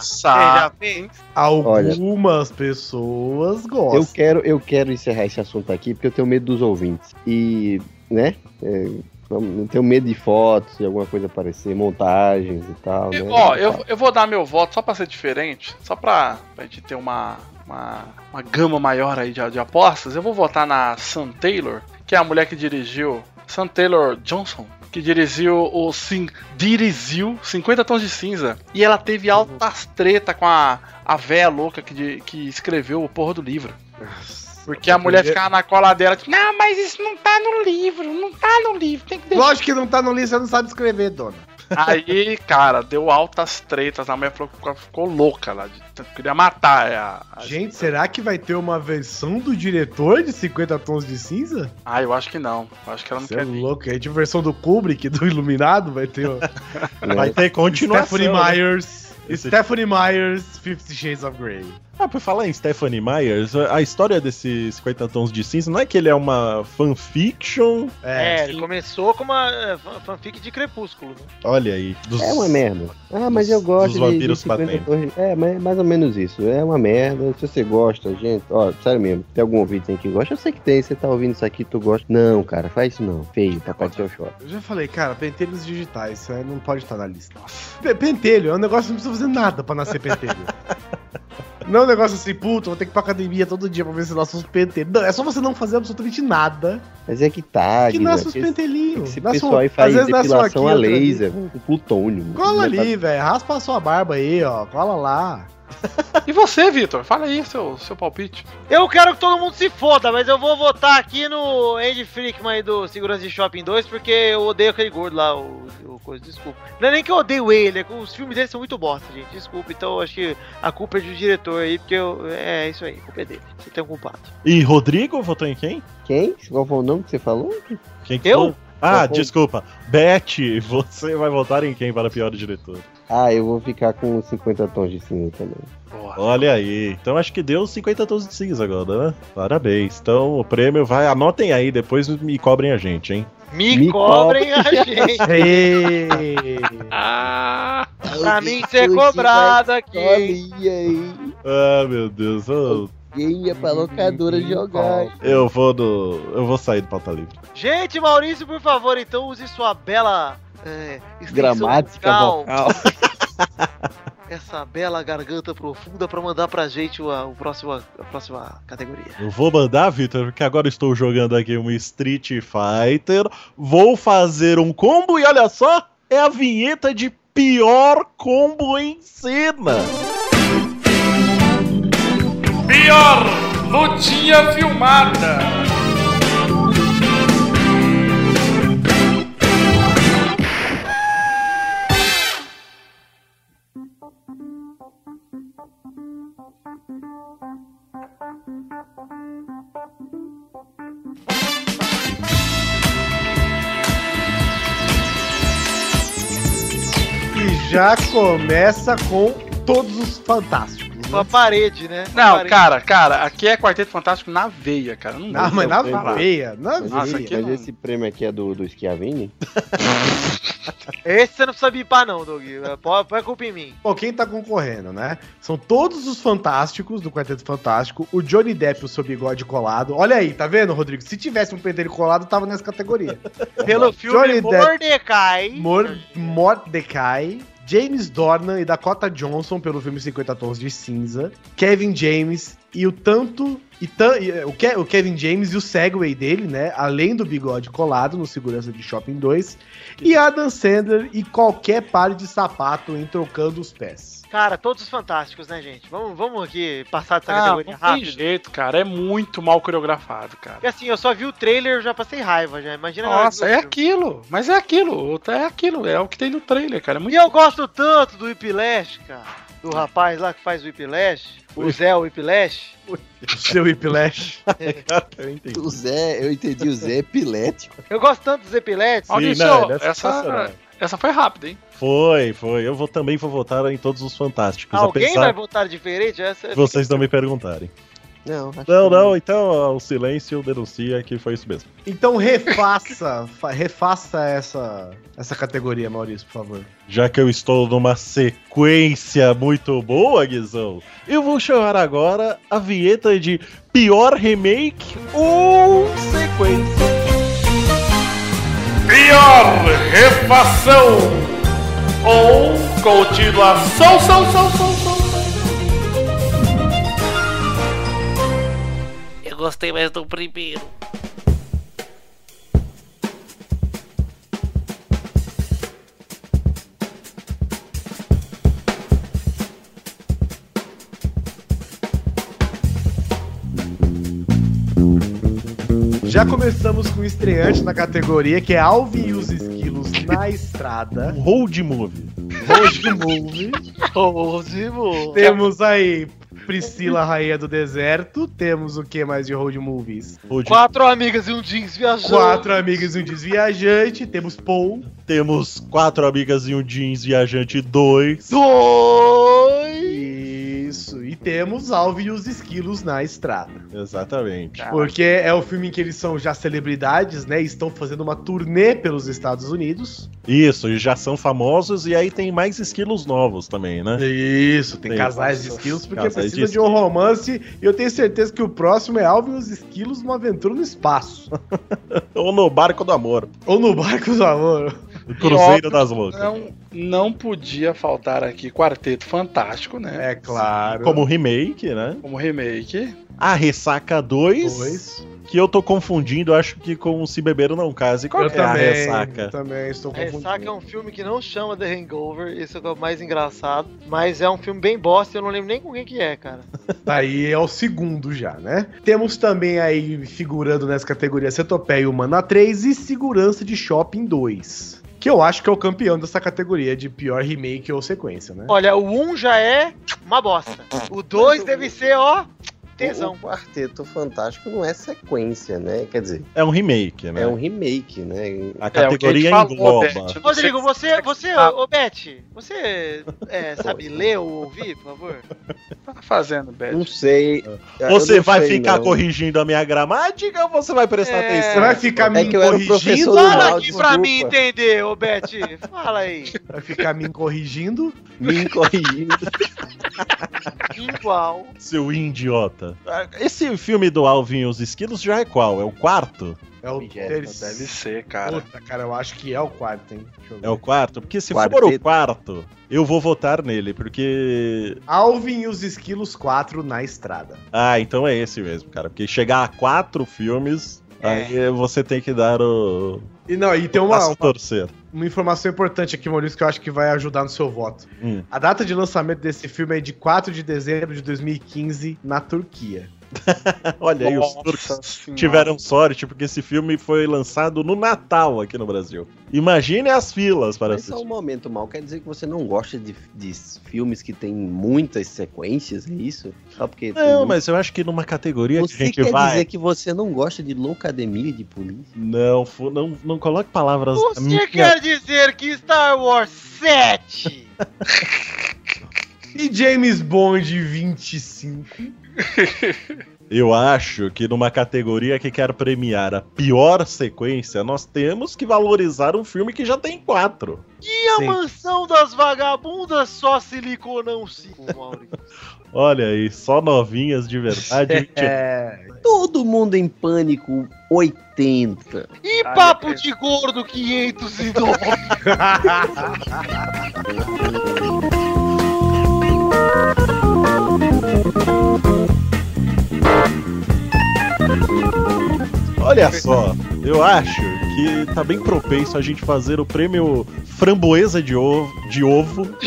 Você
sabem.
já fez?
Algumas pessoas gostam.
eu, quero, eu quero encerrar esse assunto aqui porque eu tenho medo dos ouvintes. E, né? É, vamos- eu tenho medo de fotos, de alguma coisa aparecer, montagens e tal. né?
Eu- Ó, eu, eu vou dar meu voto só pra ser diferente, só pra, pra gente ter uma, uma, uma gama maior aí de, de apostas. Eu vou votar na Sam Taylor, que é a mulher que dirigiu. Sam Taylor Johnson, que dirigiu o cin- dirigiu 50 Tons de Cinza. E ela teve altas treta com a, a véia louca que, de- que escreveu o porra do livro. Porque a mulher ficava na cola dela, tipo, não, mas isso não tá no livro, não tá no livro, tem que deixar.
Lógico que não tá no livro, você não sabe escrever, dona.
Aí, cara, deu altas tretas. A mulher falou que ficou- ficou louca lá. de- Queria matar é, a. a-
Gente, será que vai ter uma versão do diretor de 50 Tons de Cinza?
Ah, eu acho que não. Eu acho que ela não
Você é
quer vir.
louco, é de versão do Kubrick, do Iluminado, vai ter <laughs> ó,
né?
Vai ter continuação.
Stephanie
né?
Myers,
Esse-
Stephanie Myers, Fifty Shades of Grey.
Ah, por falar em Stephanie Myers, a história desse 50 Tons de Cinza não é que ele é uma fanfiction?
É,
É, ele começou com uma é, fan- fanfic de Crepúsculo. né?
Olha aí. dos-
É uma merda. Ah, mas eu
Dos-
gosto
dos
de- de,
vampiros
50
patentes.
torres- É, mas é mais ou menos isso. É uma merda. Se você gosta, gente. Ó, sério mesmo. Tem algum ouvinte aí que gosta? Eu sei que tem. Você tá ouvindo isso aqui, tu gosta. Não, cara, faz isso não. Feio, papai do seu choro.
Eu já falei, cara, pentelhos digitais, isso aí não pode estar na lista. Pe- Pentelho é um negócio que não precisa fazer nada pra nascer pentelho. Não é um negócio assim, puto, vou ter que ir pra academia todo dia pra ver se nasce uns pentelhos. Não, é só você não fazer absolutamente nada
Mas é que tá,
que
Guilherme,
nasce uns
que esse-
pentelhinhos.
Esse
Nasce um-
pessoal aí faz
às vezes nasce um
depilação
aqui,
a
outro ali.
laser, com plutônio.
Cola
Não é
ali, velho. Raspa a sua barba aí, ó. Cola lá.
E você, Vitor? Fala aí seu, seu palpite.
Eu quero que todo mundo se foda, mas eu vou votar aqui no Andy Frickman aí do Segurança de Shopping 2, porque eu odeio aquele gordo lá, o, o coisa, desculpa. Não é nem que eu odeio ele, é que os filmes dele são muito bosta, gente, desculpa. Então eu acho que a culpa é do diretor aí, porque eu, é isso aí, a culpa é dele, você tem um culpado.
E Rodrigo votou em quem?
pra- Quem? Qual foi o nome que você falou?
Quem que
Eu?
foi? Ah,
Qual foi?
desculpa. Beth, você vai votar em quem para pior diretor?
Ah, eu vou ficar com 50 tons de cinza também.
Olha aí. Então acho que deu 50 tons de cinza agora, né? Parabéns. Então o prêmio vai. Anotem aí, depois me cobrem a gente, hein?
Me,
Me
cobrem a gente,
Ei.
Ah,
pra mim ser cobrado aqui. hein?
aí.
Ah, meu Deus. Eu,
Quem ia pra locadora é jogar?
eu vou do. Eu vou sair do pauta livre.
Gente, Maurício, por favor, então use sua bela... É, extensão
Gramática
vocal,
vocal.
<laughs> Essa bela garganta profunda pra mandar pra gente o, o próximo, a próxima categoria.
Eu vou mandar, Vitor, porque agora eu estou jogando aqui um Street Fighter. Vou fazer um combo e olha só, é a vinheta de pior combo em cena.
Pior lutinha filmada.
E já começa com todos os fantásticos. né?
Uma parede, né? Uma
Não,
parede.
cara, cara, aqui é Quarteto Fantástico na veia, cara. Não
Ah,
dá.
mas na
Não, não.
veia, na
Mas,
Nossa,
esse,
aqui
mas
não.
esse prêmio aqui é do, do Schiavini?
Esse você não precisa bipar, não, Doug. Põe põe a culpa em mim.
Bom, quem tá concorrendo, né? São todos os fantásticos do Quarteto Fantástico, o Johnny Depp, o seu bigode colado. Olha aí, tá vendo, Rodrigo? Se tivesse um pentelho colado, tava nessa categoria.
Pelo filme
Johnny Depp.
Mordecai.
Mor Mordecai, James Dornan e Dakota Johnson pelo filme 50 Tons de Cinza, Kevin James e o tanto. E tan- e, eh, o, Ke- o Kevin James e o Segway dele, né? Além do bigode colado no Segurança de Shopping 2. E Adam Sandler e qualquer par de sapato em trocando os pés.
Cara, todos fantásticos, né, gente? Vamos, vamos aqui passar dessa
Ah,
categoria
não tem
rápido.
jeito, cara. É muito mal coreografado, cara.
Porque assim, eu só vi o trailer eu já passei raiva já. Imagina na hora
Nossa,
que
é
eu vi o filme.
aquilo. Mas é aquilo. É aquilo. É o que tem no trailer, cara. É muito
E eu gosto tanto do Whiplash, cara. Do rapaz lá que faz o Whiplash. O Zé Whiplash.
<laughs> Seu Whiplash.
Eu entendi.
O Zé, eu entendi o Zé epilético.
Eu gosto tanto dos Epiletes.
Maurício,
não, ele é sensacional.
essa, essa foi rápida, hein?
Foi, foi. Eu vou também vou votar em todos os fantásticos,
Alguém vai
apesar
votar diferente? Essa... é
<laughs> de vocês não me perguntarem.
Não, acho
Não,
que-
não, então ó, o silêncio denuncia que foi isso mesmo.
Então refaça, fa- refaça essa, essa categoria, Maurício, por favor.
Já que eu estou numa sequência muito boa, Guizão, eu vou chamar agora a vinheta de pior remake ou sequência.
Pior refação ou continuação, são, são, são, são, são.
Eu gostei mais do primeiro.
Já começamos com o estreante na categoria, que é Alvin e os Esquilos na Estrada.
Um road movie.
Road Movie.
Ótimo.
Temos aí Priscila, Rainha do Deserto. Temos o que mais de Road Movies?
Road
Quatro amigas e um jeans viajando.
Quatro Amigos e um Desviajante. Temos Paul.
Temos quatro amigas e um jeans viajante 2.
Dois.
Isso. E temos Alvin e os Esquilos na Estrada.
Ah.
Exatamente.
Porque é o filme em que eles são já celebridades, né? E estão fazendo uma turnê pelos Estados Unidos.
Isso, e já são famosos e aí tem mais esquilos novos também, né?
Isso, tem
Tem
casais de
casais
esquilos, porque
de
precisa de, um
esquilos.
romance. E eu tenho certeza que o próximo é Alvin e os Esquilos, uma aventura no espaço.
Ou no barco do amor.
Ou no barco do amor.
Do
E,
Cruzeiro
óbvio,
das Loucas.
Não, não podia faltar aqui Quarteto Fantástico, né?
É claro.
Como remake, né?
Como remake.
A Ressaca 2,
Dois.
que eu tô confundindo, acho que com Se Beber Não Case. Qual
eu
que é
também,
a Ressaca?
eu também estou
A Ressaca é
confundindo.
um filme que não chama The Hangover, esse é o mais engraçado, mas é um filme bem bosta, eu não lembro nem com quem que é, cara.
Aí é o segundo já, né? Temos também aí figurando nessa categoria Cetopeia Humana 3 e Segurança de Shopping 2. Que eu acho que é o campeão dessa categoria de pior remake ou sequência, né?
Olha, o 1 já é uma bosta. O 2 deve ser, ó, <laughs> tesão.
O Quarteto Fantástico não é sequência, né? Quer dizer,
É um remake, né?
é um remake, né?
A
É, o que a gente
categoria
falou, Beth,
engloba.
não sei-
Rodrigo, você, você, ô ô, Beth, você é, sabe ler ou ouvir, por favor?
tá fazendo, Beth?
Não sei. eu
Você
não
vai
sei,
ficar
não.
corrigindo a minha gramática ou você vai prestar
É,
atenção?
Você vai ficar me
É que eu era o
corrigindo?
professor do
Fala
mal,
aqui pra
desculpa.
mim
<laughs>
entender, ô Beth, fala aí.
Vai ficar
<laughs>
me corrigindo?
Me corrigindo.
Igual.
Seu idiota. Esse filme do Alvin e os Esquilos já é qual? É o quarto?
É o
Miguel,
Deve
terceiro.
ser, cara.
Puta, cara, eu acho que é o quarto, hein? Deixa eu ver.
É o quarto? Porque se for o
Quarteto.
quarto, eu vou votar nele, porque.
Alvin e os Esquilos 4 na estrada.
Ah, então é esse mesmo, cara. Porque chegar a quatro filmes,
É.
aí você tem que dar o.
E não, e tem
o
uma,
passo torcer. <laughs>
uma informação importante aqui, Maurício, que eu acho que vai ajudar no seu voto.
Hum.
A data de lançamento desse filme é de 4 de dezembro de 2015 na Turquia.
Olha aí, os
Nossa
turcos
Senhora.
tiveram sorte, porque esse filme foi lançado no Natal aqui no Brasil. Imagine as filas para
Mas só um
assistir.
momento mal. Quer dizer que você não gosta de, de filmes que tem muitas sequências, é isso? Só porque. tem
Não,
muito-
mas eu acho que numa categoria que
Você
a gente
quer
vai.
dizer que você não gosta de loucademia de polícia?
Não, fu- não, não coloque palavras.
Você
minha-
quer dizer que Star Wars 7
E James Bond 25.
Eu acho que numa categoria que quer premiar a pior sequência, nós temos que valorizar um filme que já tem quatro.
e a
Sim.
mansão das vagabundas só siliconão 5, Maurício?
Olha aí, só novinhas de
<laughs>
verdade.
É.
Todo mundo em pânico 80.
E
Ah,
papo
meu
de gordo 509?
Olha só, eu acho que tá bem propenso a gente fazer o prêmio Framboesa de Ovo. De ovo <laughs>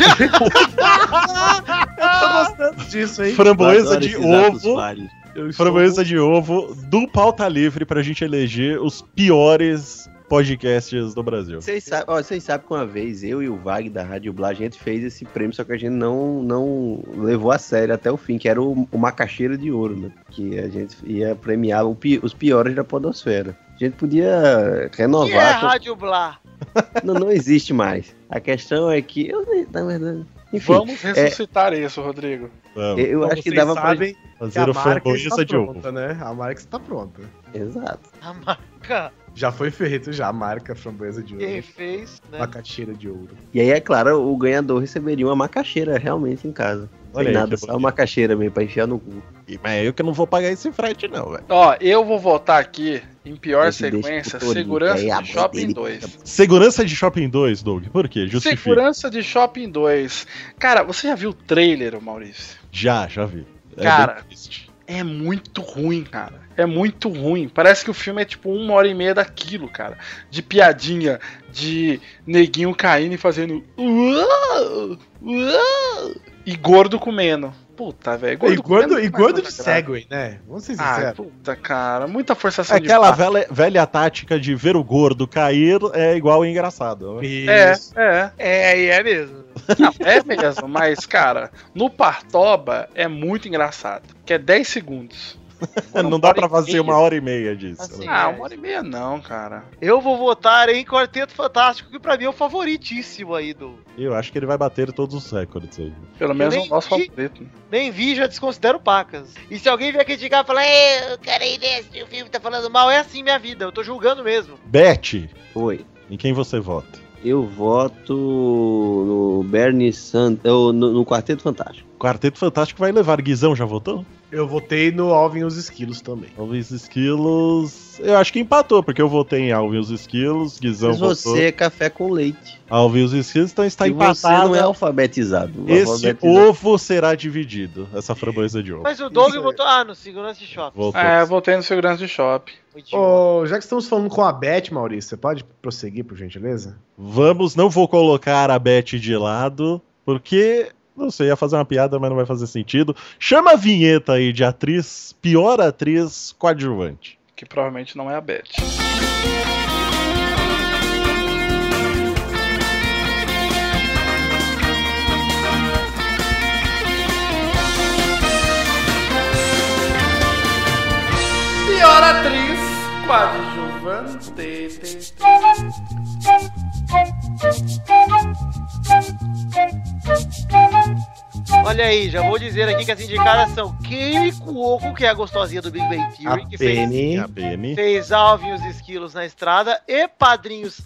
Tô gostando disso, hein?
framboesa de ovo.
Vários.
Eu estou-
Framboesa de ovo do pauta livre pra gente eleger os piores podcasts do Brasil.
Vocês sabem, ó, vocês sabem que uma vez eu e o Vag da Rádio Blá, a gente fez esse prêmio, só que a gente não, não levou a sério até o fim, que era o, o Macaxeira de Ouro, né? Que a gente ia premiar o pi- os piores da podosfera. A gente podia
Que é
renovar,
Rádio Blá?
só- não, não existe mais. A questão é que, eu, nem- na verdade,
um
enfim,
Vamos ressuscitar
É.
isso, Rodrigo.
Vamos
eu
Como
acho que
vocês
dava pra...
sabem, que
fazer
a
o
marca
Framboesa
está
de ovo.
pronta, né? A marca está pronta.
Exato.
A marca
Já foi feito, já a marca Framboesa de
quem
Ouro.
fez, né?
Macaxeira de ouro.
E aí, é claro, o ganhador receberia uma macaxeira realmente em casa.
Olha
Sem
aí,
nada,
que
só
bonito.
uma macaxeira mesmo pra enfiar no cu.
Mas eu que não vou pagar esse frete, não, velho.
Ó, eu vou votar aqui em pior
Esse deixa
sequência,
pro Torinho,
Segurança
que aí a
de
mãe
Shopping
dele
2.
Segurança de Shopping 2, Doug. Por quê? Justifica.
Segurança de Shopping 2. Cara, você já viu o trailer, Maurício?
Já, já vi. É
Cara.
bem triste.
É muito ruim, cara. É muito ruim. Parece que o filme é tipo uma hora e meia daquilo, cara. De piadinha, de neguinho caindo e fazendo. "Uau, uau", e gordo comendo. Puta, velho.
E gordo,
comendo
e
não faz
gordo de
tanta graça.
Segway, né? Vamos ser
Ah,
sinceros.
puta, cara. Muita forçação
Aquela
de.
velha, velha tática de ver o gordo cair é igual ao engraçado. né?
É,
Isso.
é.
É, e é mesmo.
Não, é mesmo, mas, cara, no Partoba é muito engraçado. Que é 10 segundos.
<laughs> <laughs> Não dá pra
hora e
fazer
meia.
uma hora e meia disso.
Assim.
né?
Ah, uma hora e meia não, cara.
Eu vou votar em Quarteto Fantástico, que pra mim é o favoritíssimo aí do.
Eu acho que ele vai bater todos os recordes aí.
Pelo menos é o
nem
nosso
vi.
favorito.
Nem vi, já desconsidero pacas. E se alguém vier criticar e falar, "É, eu quero ir nesse, o filme tá falando mal, é assim minha vida, eu tô julgando mesmo.
Beth,
Oi.
em quem você vota?
Eu voto no Bernie Sanders, no, no Quarteto Fantástico.
Quarteto Fantástico vai levar. Guizão já votou?
Eu votei no Alvin e os Esquilos também.
Alvin e os Esquilos. Eu acho que empatou, porque eu votei em Alvin e os Esquilos, Guizão
Mas
votou.
você é café com leite.
Alvin e os Esquilos, então está
e você
empatado.
não é alfabetizado. O
Esse
alfabetizado-
ovo será dividido, essa framboesa de ovo.
Mas o Doug botou. Ah, no segurança de shopping.
Voltou.
É, eu voltei no segurança de shopping.
Ô, já que estamos falando com a Beth, Maurício, você pode prosseguir, por gentileza?
Vamos, não vou colocar a Beth de lado, porque. Não sei, ia fazer uma piada, mas não vai fazer sentido. Chama a vinheta aí de atriz, pior atriz coadjuvante.
Que provavelmente não é a Beth.
Pior atriz coadjuvante.
Olha aí, já vou dizer aqui que as indicadas são Kaylee Cuoco, que é a gostosinha do Big Bang Theory, que fez,
É
Penny.
a BM.
fez Alvin e os Esquilos na estrada, e Padrinhos.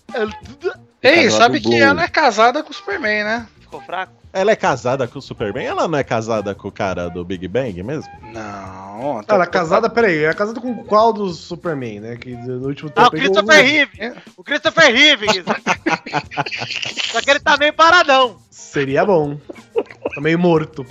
Ei,
Ela
sabe
dublou.
que ela é casada com o Superman, né?
Ficou fraco?
Ela é casada com o Superman? Ela não é casada com o cara do Big Bang mesmo?
Não. até-
Ela é casada, peraí, ela é casada com qual do Superman, né? Que no último
Ah, o
ele-
um, né?
um-
Christopher Reeve! O Christopher Reeve! Guizão. Só que ele tá meio paradão.
Seria bom. Tá meio morto.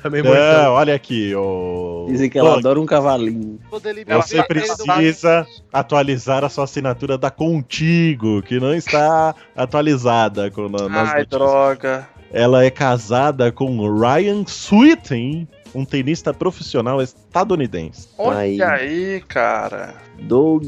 tá meio morto.
Não, É, olha aqui, ô.
Dizem que ela
Doug,
adora um cavalinho.
Quando ele
Você precisa atualizar a sua assinatura da Contigo, que não está <laughs> atualizada com, na, nas
tá Ai,
notícias.
droga.
Ela é casada com Ryan Sweeten, um tenista profissional estadunidense.
Olha
Aí.
aí, cara.
Doug,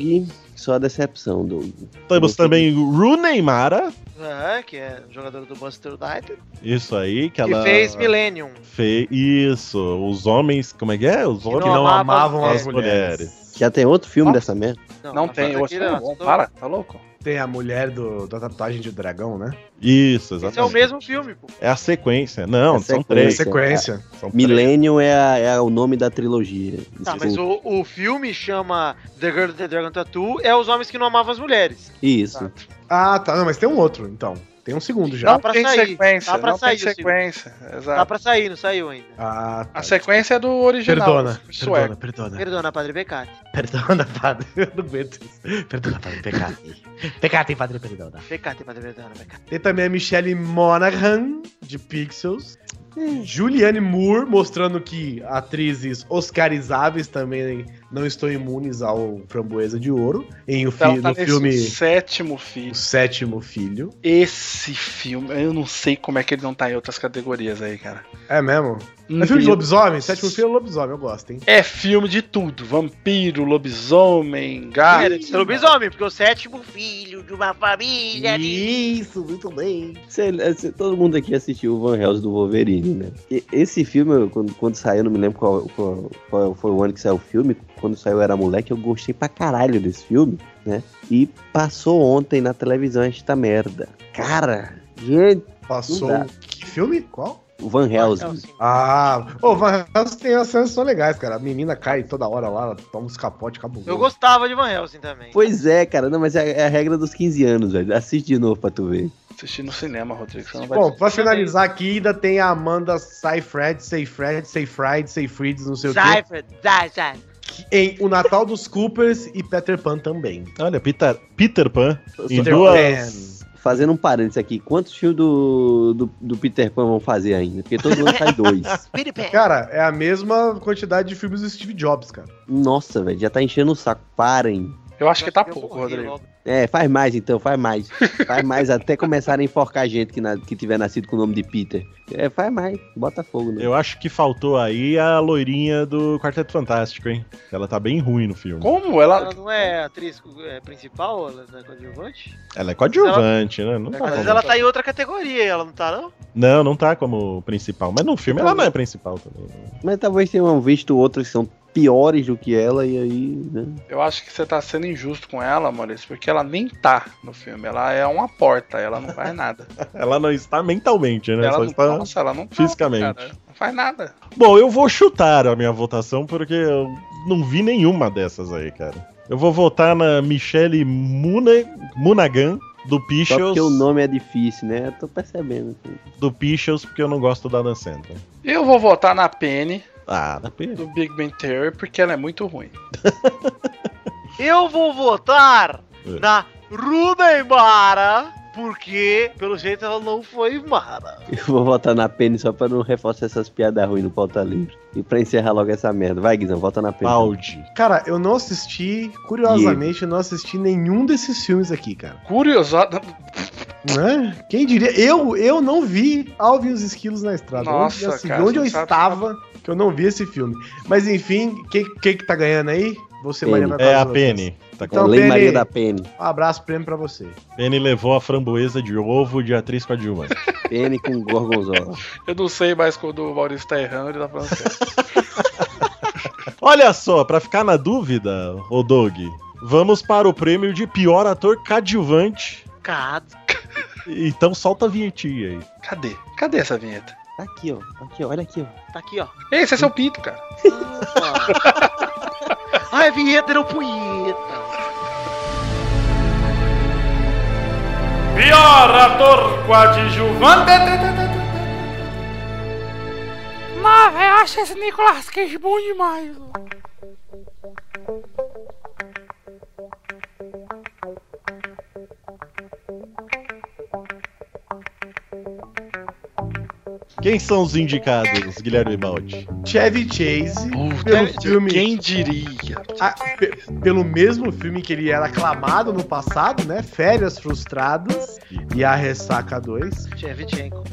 só decepção, Doug.
Temos
Você-
também Rooney Mara,
É, que é jogador do Manchester United.
isso aí, que
Que
ela
fez Millennium.
fe- Isso, os homens, como é que é? Os
Que
homens
não
amava
amavam
as
as mulheres.
Já tem outro filme dessa merda?
Não tem, eu
hoje.
achei bom. Para, tá louco?
Tem a mulher do, da tatuagem de dragão, né?
Isso,
Esse é o
exatamente.
mesmo filme, pô.
É a sequência. Não,
É
são
sequência.
Na
três.
sequência.
São três.
Millennium é, a- é o nome da trilogia.
Tá,
é
Desculpa.
mas o, o filme chama The Girl with the Dragon Tattoo é os homens que não amavam as mulheres.
Isso.
Ah, tá. Não, mas tem um outro, então. Tem um segundo já.
Não
pra
tem
sair,
sequência,
dá pra
não
sair o
tem sequência.
Tá
Exato.
pra sair, não saiu ainda.
Ah, tá.
A sequência é do original.
Perdona,
sueco.
perdona, perdona,
Perdona, Padre Becati.
perdona, padre. <laughs> Eu não aguento isso. Perdona, padre, pecado. Pecado, padre, tá? perdona.
Becati, Padre Perdona, Becati.
Tem também a Michelle Monaghan, de Pixels. Julianne Moore, mostrando que atrizes oscarizáveis também não estão imunes ao Framboesa de Ouro. Em o fi-
Ela tá
no
nesse
filme
sétimo
O
filme.
Sétimo Filho.
Esse filme, eu não sei como é que ele não tá em outras categorias aí, cara.
É mesmo? É filme de lobisomem? Sétimo Filho é lobisomem, eu gosto, hein?
É filme de tudo. Vampiro, lobisomem,
Ah,
gato.
lobisomem, porque o sétimo filho de uma família de...
Isso, muito bem.
Cê- é, cê- todo mundo aqui assistiu o Van Helsing do Wolverine, né? E- esse filme, eu, quando, quando saiu, eu não me lembro qual, qual- qual foi o ano que saiu o filme. Quando saiu eu Era Moleque, eu gostei pra caralho desse filme, né? E passou ontem na televisão esta merda. Cara, gente,
Passou.
Não
Que filme? Qual?
o Van
Não,
Helsing.
sim.
Ah, ô, Van Helsing tem as cenas que são legais, cara. A menina cai toda hora lá, ela toma uns capotes, cabuloso.
Eu gostava de Van Helsing também.
Pois é, cara, não, mas é, é a regra dos 15 anos, velho. Assiste de novo pra tu ver.
Assistir no cinema, Rodrigo. Você não vai
Bom, pra finalizar aqui, ainda tem a Amanda Seyfried, Seyfried, Seyfried, Seyfried, não sei o
Cypher, Zai, Zai.
quê. Em O Natal dos Coopers e Peter Pan também.
Olha, Peter, Peter Pan em
Peter
duas.
Fazendo um parênteses aqui, quantos filmes do, do, do Peter Pan vão fazer ainda? Porque todo ano sai <laughs> dois.
Peter Pan.
Cara, é a mesma quantidade de filmes do Steve Jobs, cara.
Nossa, velho, já tá enchendo o saco. Parem.
Eu acho que tá
Eu
pouco,
morri
Rodrigo.
logo.
É, faz mais então, faz mais. Faz mais até começarem a enforcar gente que, na- que tiver nascido com o nome de Peter. É, faz mais. Bota fogo, né?
Eu acho que faltou aí a loirinha do Quarteto Fantástico, hein? Ela tá bem ruim no filme.
Como? Ela.
Ela não é atriz é, principal, ela não é coadjuvante?
Ela é coadjuvante, né? Não tá,
Mas
como-
ela tá em outra categoria, ela não tá, não?
não, não tá como principal. Mas no filme ela não é principal também.
Mas talvez tenham visto outras que são piores do que ela e aí, né?
Eu acho que você tá sendo injusto com ela, Maurício, porque ela nem tá no filme. Ela é uma porta, ela não faz
<laughs>
nada.
Ela não está mentalmente, né?
ela
Só
não,
está...
nossa, ela não tá,
fisicamente.
cara. Não faz nada.
Bom, eu vou chutar a minha votação porque eu não vi nenhuma dessas aí, cara. Eu vou votar na Michelle Mune... Munagan do
Só
Pichos,
porque o nome é difícil, né? Eu tô percebendo.
do Pichos, porque eu não gosto da Dan Sandler.
Eu vou votar na Penny.
Ah, na pena.
Do Big Bang Theory, porque ela é muito ruim.
Eu vou votar
É.
na Rudem Mara, porque, pelo jeito, ela não foi Mara.
Eu vou votar na pena só pra não reforçar essas piadas ruins no pauta livre. E pra encerrar logo essa merda. Vai, Guizão, vota na pena.
Balde.
Cara, eu não assisti, curiosamente, eu não assisti nenhum desses filmes aqui, cara.
Curiosada.
Né? Quem diria? Eu, eu não vi Alvin e os Esquilos na Estrada.
Nossa,
onde, assim,
cara,
onde eu
você sabe-
estava que eu não vi esse filme. Mas enfim, quem, quem que tá ganhando aí? Você,
Penny.
Maria, vai
É
falar
a
pra
Penny. Tá
É
Então,
Lei
Penny-
Maria da Penny.
vocês. Um abraço, prêmio pra você.
Penny levou a framboesa de ovo de atriz coadjuvante.
Penny com gorgonzola.
Eu não sei mais quando o Maurício tá errando, ele tá falando certo.
Olha só, pra ficar na dúvida, ô Doug, vamos para o prêmio de pior ator coadjuvante.
Cado.
Então solta a vinhetinha aí.
<laughs> Cadê? Cadê essa vinheta?
Tá aqui, ó. Aqui, ó. Olha aqui, ó.
Tá aqui, ó.
Esse é seu pinto, cara.
Ai, vinheta não punheta.
Pior ator coadjuvante.
Não, eu acho esse Nicolas Cage
é
bom demais.
Quem são os indicados, Guilherme Balde?
Chevy Chase,
Puta,
filme.
quem diria?
a- pe- pelo mesmo filme que ele era aclamado no passado, né? Férias Frustradas e A Ressaca 2.
Shevchenko.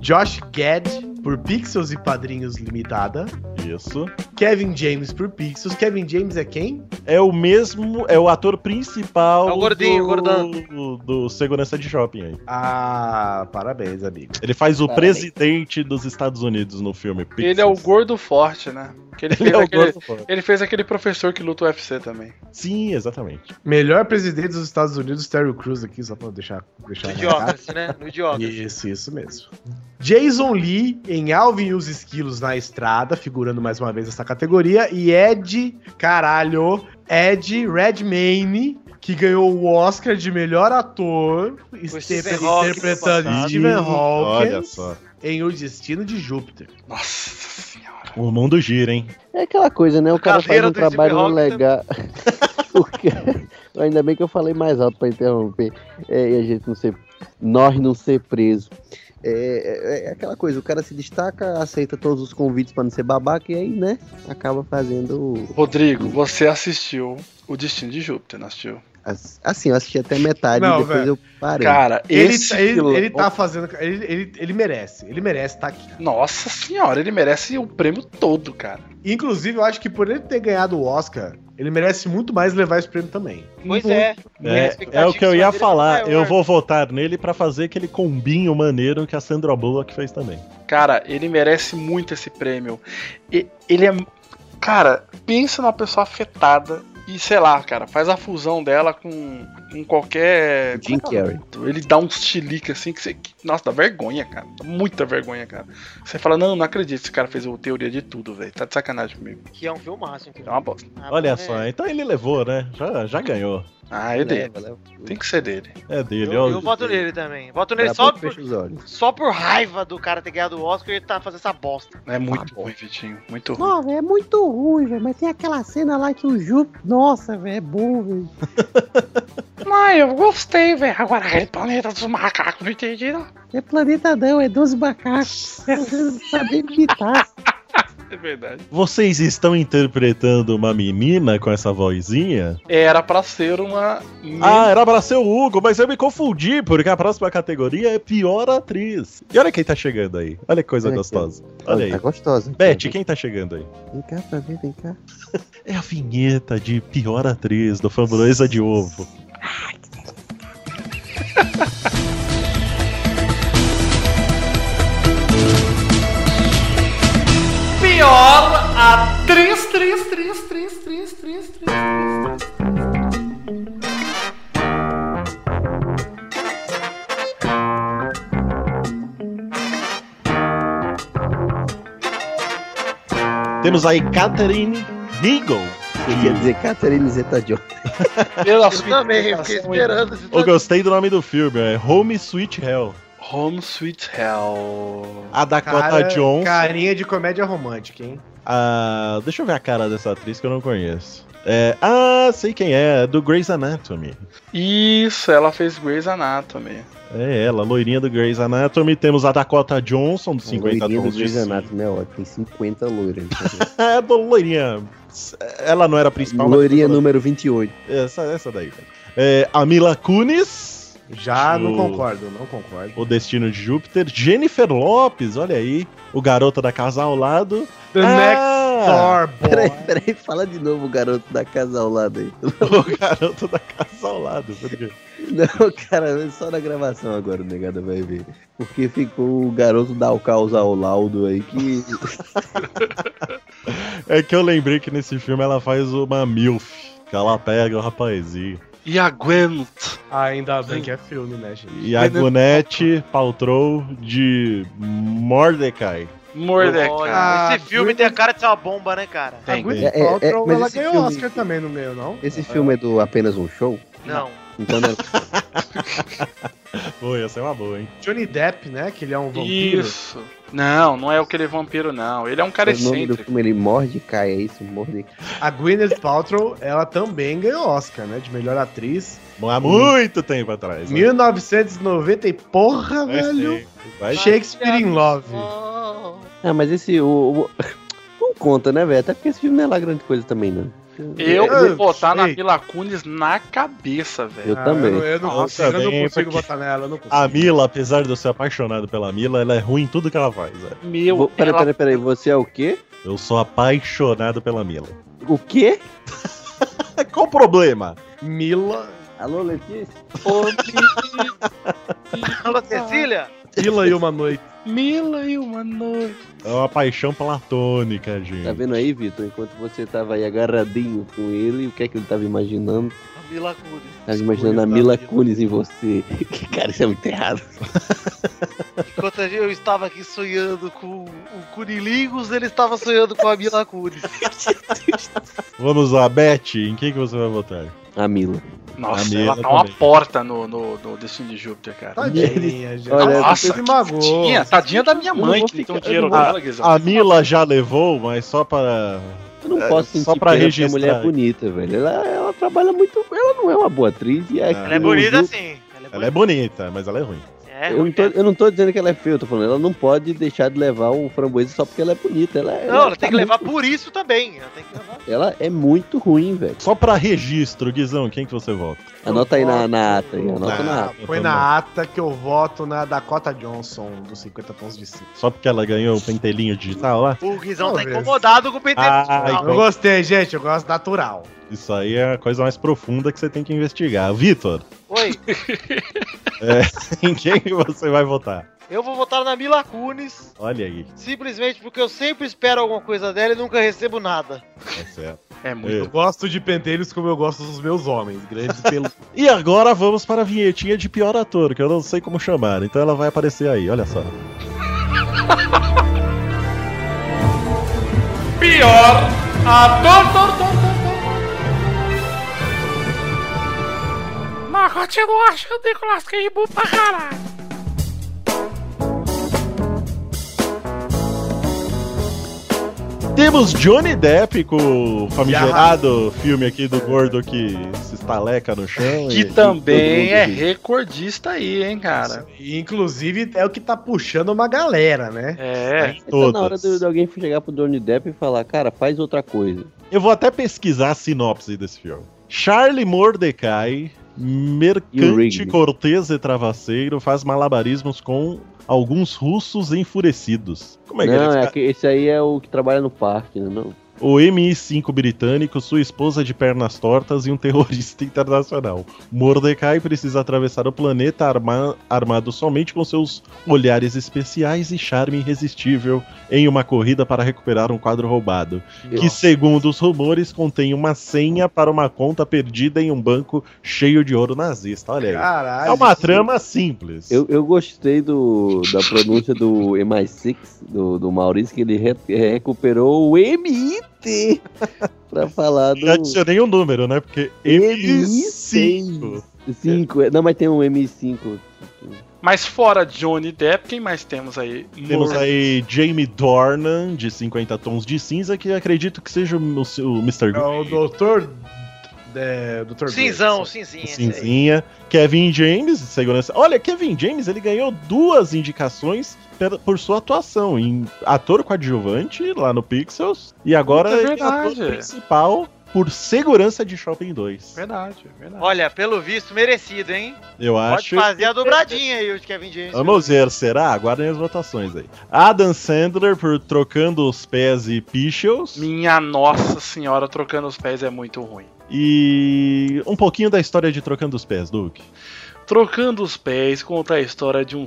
Josh Gad por Pixels e Padrinhos Limitada.
Isso.
Kevin James por Pixels. Kevin James é quem?
É o mesmo, é o ator principal
É o gordinho,
do,
gordão.
do, segurança de shopping aí.
Ah, parabéns, amigo.
Ele faz o
Parabéns.
presidente dos Estados Unidos no filme. Pixels.
Ele é o gordo forte, né? Que ele, fez
Ele é o
aquele,
gordo. foda.
ele fez aquele professor que luta o UFC também.
Sim, exatamente.
Melhor presidente dos Estados Unidos, Terry Crews aqui, só pra deixar,
No
deixar marcado.
Idiocracy, né? No Idiocracy.
Isso, isso mesmo. Jason Lee em Alvin e os Esquilos na Estrada, figurando mais uma vez essa categoria. E Ed, caralho, Ed Redmayne, que ganhou o Oscar de melhor ator,
Stephen
interpre-
Hawking
interpretando
passado.
Steven
Ih, Olha
Hawkins
só.
em O Destino de Júpiter.
Nossa senhora.
O mundo gira, hein?
É aquela coisa, né? O cara faz
Caveira
um
do Steve
trabalho
Hawking
legal. <laughs> O ca- Ainda bem que eu falei mais alto pra interromper. É, e a gente não ser. Nós não ser preso. É, é- é aquela coisa, o cara se destaca, aceita todos os convites pra não ser babaca e aí, né? Acaba fazendo. o-
Rodrigo, você assistiu O Destino de Júpiter, não assistiu?
as- Assim, eu assisti até metade
Não,
e depois
velho.
eu parei.
Cara,
Ele,
esse.
ele, ele
vilão-
tá fazendo. Ele, ele, ele merece, ele merece estar aqui.
Nossa senhora, ele merece o prêmio todo, cara.
Inclusive, eu acho que por ele ter ganhado o Oscar, ele merece muito mais levar esse prêmio também.
Pois é. Minha
É, é o que eu
expectativa
ia
dele é
falar.
maior.
Eu vou votar nele pra fazer aquele combinho maneiro que a Sandra Bullock fez também.
Cara, ele merece muito esse prêmio. E- ele é. Cara, pensa numa pessoa afetada e, sei lá, cara, faz a fusão dela com, com qualquer.
Jim Carrey.
Ele dá um chilique assim que você. que- Nossa, dá vergonha, cara. Dá muita vergonha, cara. Você fala, não, não acredito, esse cara fez o teoria de tudo, velho. Tá de sacanagem comigo.
Que é um filmaço,
É
entendeu?
uma bosta.
Ah,
Olha
é.
só, então ele levou, né? Já, já ganhou.
Ah, é dele.
Leva, leva.
Tem que ser dele.
É dele,
Eu,
ó.
eu voto nele também. Voto
Daqui
nele
a
só
pouco
por,
fecha os olhos.
só por raiva do cara ter ganhado o Oscar e tá fazendo essa bosta.
É
Ah,
muito ruim, Vitinho. Muito ruim.
Não, velho, é muito ruim, velho. Mas tem aquela cena lá que o Júpiter. Nossa, velho, é bom, velho.
Mas eu gostei, velho. Agora aquele planeta dos macacos, não entendi não.
É planeta não, é 12 macacos. É Vocês não sabem imitar.
É verdade.
Vocês estão interpretando uma menina com essa vozinha?
Era pra ser uma.
Ah, era pra ser o Hugo, mas eu me confundi, porque a próxima categoria é pior atriz. E olha quem tá chegando aí. Olha que coisa
Olha aqui,
gostosa. Olha
Olha,
aí.
Tá gostosa.
Beth, quem tá chegando aí?
Vem cá pra ver, vem cá.
É a vinheta de pior atriz do Framboesa de Ovo.
Pior atriz, tris, tris, tris, tris, tris, tris.
Temos aí Catherine Nigel.
Eu ia dizer Catherine Zeta Jones.
Pela
Eu também, eu fiquei esperando esse
Eu gostei do nome do filme, é Home Sweet Hell.
Home Sweet Hell.
A Dakota
Cara-
Johnson.
Carinha de comédia romântica, hein?
a- Deixa eu ver a cara dessa atriz que eu não conheço. É, ah, sei quem é, é do Grey's Anatomy.
Isso, ela fez Grey's Anatomy.
É ela, loirinha do Grey's Anatomy. Temos a Dakota Johnson, dos 50
Loirinha
tons
do
de
Grey's
cinza.
Anatomy, né? Ó, tem 50 <laughs> loiras.
É, do loirinha. Ela não era a principal. mas-
Loirinha número 28.
Essa, essa daí. velho. É, a Mila Kunis,
Já não
O-
concordo, não concordo.
O Destino de Júpiter. Jennifer Lopes, olha aí. O Garota da Casa ao Lado. <laughs>
The
Ah,
Next Door Boy.
Peraí, fala de novo o garoto da casa ao lado aí.
O Garota da Casa ao Lado. por quê?
Não, <laughs> cara, é só na gravação agora o negado vai ver. Porque ficou o garoto da causa ao laudo aí que.
É que eu lembrei que nesse filme ela faz uma MILF. Que ela pega o rapazinho.
E a Gwent.
Ainda bem que é filme, né, gente?
E
é
a Gunete Paltrow de Mordecai.
Mordecai.
Ah,
Esse filme tem a cara de ser uma bomba, né, cara?
A
Tem.
Gwyneth
É, é, é,
Paltrow,
mas
ela
esse
ganhou
filme-
Oscar também, não ganhou, não?
Esse filme é do apenas um show?
Não.
Então, né?
Pô, essa é uma boa, hein?
Johnny Depp, né? Que ele é um vampiro.
Isso. Não, não é aquele vampiro, não. Ele é um cara
o nome do
excêntrico.
filme ele morde, cai, é isso? Morde.
A Gwyneth Paltrow, ela também ganhou Oscar, né? De melhor atriz.
Não há muito tempo atrás. né?
1990 e porra,
Mas
velho.
tem, Vai ter.
Shakespeare in Love.
Ah, mas esse. O, <laughs> o- Não conta, né, velho? Até porque esse filme não é lá grande coisa também, né?
Eu
Eu
vou botar na
sei.
Mila Kunis na cabeça, velho.
Eu
Ah,
também.
Eu, não- eu não
Nossa,
consigo, eu não
bem,
consigo
porque-
botar nela, eu não consigo.
A Mila, apesar de eu ser apaixonado pela Mila, ela é ruim em tudo que ela faz. velho.
Meu,
Vou- Peraí,
ela-
peraí, peraí. Você é o quê?
Eu sou apaixonado pela Mila. É,
O quê?
Qual o problema?
Mila.
Alô, Letícia?
Alô, Cecília?
Mila e uma noite.
Mila e uma noite.
É uma paixão platônica, gente.
Tá vendo aí, Vitor? Enquanto você tava aí agarradinho com ele, o que é que ele tava imaginando?
A Ah, Mila Kunis.
Tava imaginando a Mila Kunis em você. <laughs> Cara, isso é muito errado.
Enquanto eu estava aqui sonhando com o Cunilingus, ele estava sonhando com a Mila Kunis.
Vamos lá, Beth, em quem que você vai votar?
A Mila.
Nossa,
A Mila
ela tá uma
também.
porta no, no, no Destino de Júpiter, cara.
Tá Tadinha, gente.
Olha,
Nossa,
nossa,
se magoou.
Tadinha, tá tadinha da minha
Eu não
mãe
vou
que tem
ficar-
um
eu
dinheiro
não vou-
dela, Guizão.
A Mila já levou, mas só para.
Eu não posso
só
sentir
pra
pena, porque
registrar.
A mulher é bonita, velho. Ela, ela trabalha muito. Ela não é uma boa atriz. E aqui
Ela é
no
bonita
grupo-
sim.
Ela é bonita, mas ela é ruim.
É,
Eu não, tô,
é.
eu não tô dizendo que ela é feia, eu tô falando, ela não pode deixar de levar o framboesa só porque ela é bonita. Ela, é-
Não, ela tem que
tá
levar
muito-
por isso também. Ela tem que levar.
Ela é muito ruim, velho.
Só para registro, Guizão, quem que você vota?
Anota aí na, na ata aí, anota
Tá.
na
Ah,
ata.
foi na ata que eu voto na Dakota Johnson dos 50 tons de cinza.
Só porque ela ganhou o pentelinho digital lá?
O Guizão tá
Talvez.
incomodado com o PT.
Ah,
então.
Eu gostei, gente. Eu gosto natural.
Isso aí é a coisa mais profunda que você tem que investigar. Vitor, <laughs>
Oi,
em quem que você vai votar?
eu vou votar na Mila Kunis
Olha aí,
simplesmente porque eu sempre espero alguma coisa dela e nunca recebo nada.
tá certo.
É muito.
É.
Eu gosto de pentelhos como eu gosto dos meus homens, grandes pelos.
E agora vamos para a vinhetinha de pior ator, que eu não sei como chamar, então ela vai aparecer aí, olha só.
Pior ator, tor, tor, tor, tor.
Mas continua achando Nicolas Cage bom pra caralho.
Temos Johnny Depp com o famigerado filme aqui do gordo que se estaleca no chão.
Que
e-
também
mundo
é
viu.
recordista aí, hein, cara.
E, inclusive, é o que tá puxando uma galera, né?
É.
Então, na hora
todas.
do- de alguém chegar pro Johnny Depp e falar, cara, faz outra coisa.
Eu vou até pesquisar a sinopse desse filme. Charlie Mordecai,
E o
mercante
Rigby.
cortês e travasseiro, faz malabarismos com alguns russos enfurecidos. Como é que
não,
ele
é que esse aí é o que trabalha no parque, né? Não.
O MI5 britânico, sua esposa de pernas tortas e um terrorista <laughs> internacional. Mordecai precisa atravessar o planeta arma- armado somente com seus olhares especiais e charme irresistível em uma corrida para recuperar um quadro roubado, que, segundo os rumores, contém uma senha para uma conta perdida em um banco cheio de ouro nazista. Olha aí.
Caralho.
É uma trama simples.
Eu, eu gostei do, da pronúncia do MI6, do, do Maurício, que ele re- recuperou o MIT pra falar do...
Já adicionei um número, né? Porque MI5.
MI6. Cinco. é- Não, mas tem um MI5.
Mas fora Johnny Depp, quem mais temos aí?
Temos
Moore.
aí Jamie Dornan, de 50 Tons de Cinza, que acredito que seja o, seu- o Mr.
É o doutor. É, doutor
Cinzão,
Grayson.
cinzinha. esse aí.
Cinzinha. Kevin James, segurança. Olha, Kevin James, ele ganhou duas indicações pela- por sua atuação em ator coadjuvante lá no Pixels e agora
Puta, é
ele é ator
verdade.
principal por segurança de Shopping 2.
Verdade, verdade.
Olha, pelo visto, merecido, hein?
Eu
Pode
acho.
fazer a dobradinha aí, o Kevin James.
Vamos ver, será? Aguardem as votações aí. Adam Sandler por Trocando os Pés e Pixels.
Minha nossa senhora, trocando os pés é muito ruim.
E um pouquinho da história de Trocando os Pés, Duke. <laughs>
Trocando os pés conta a história de um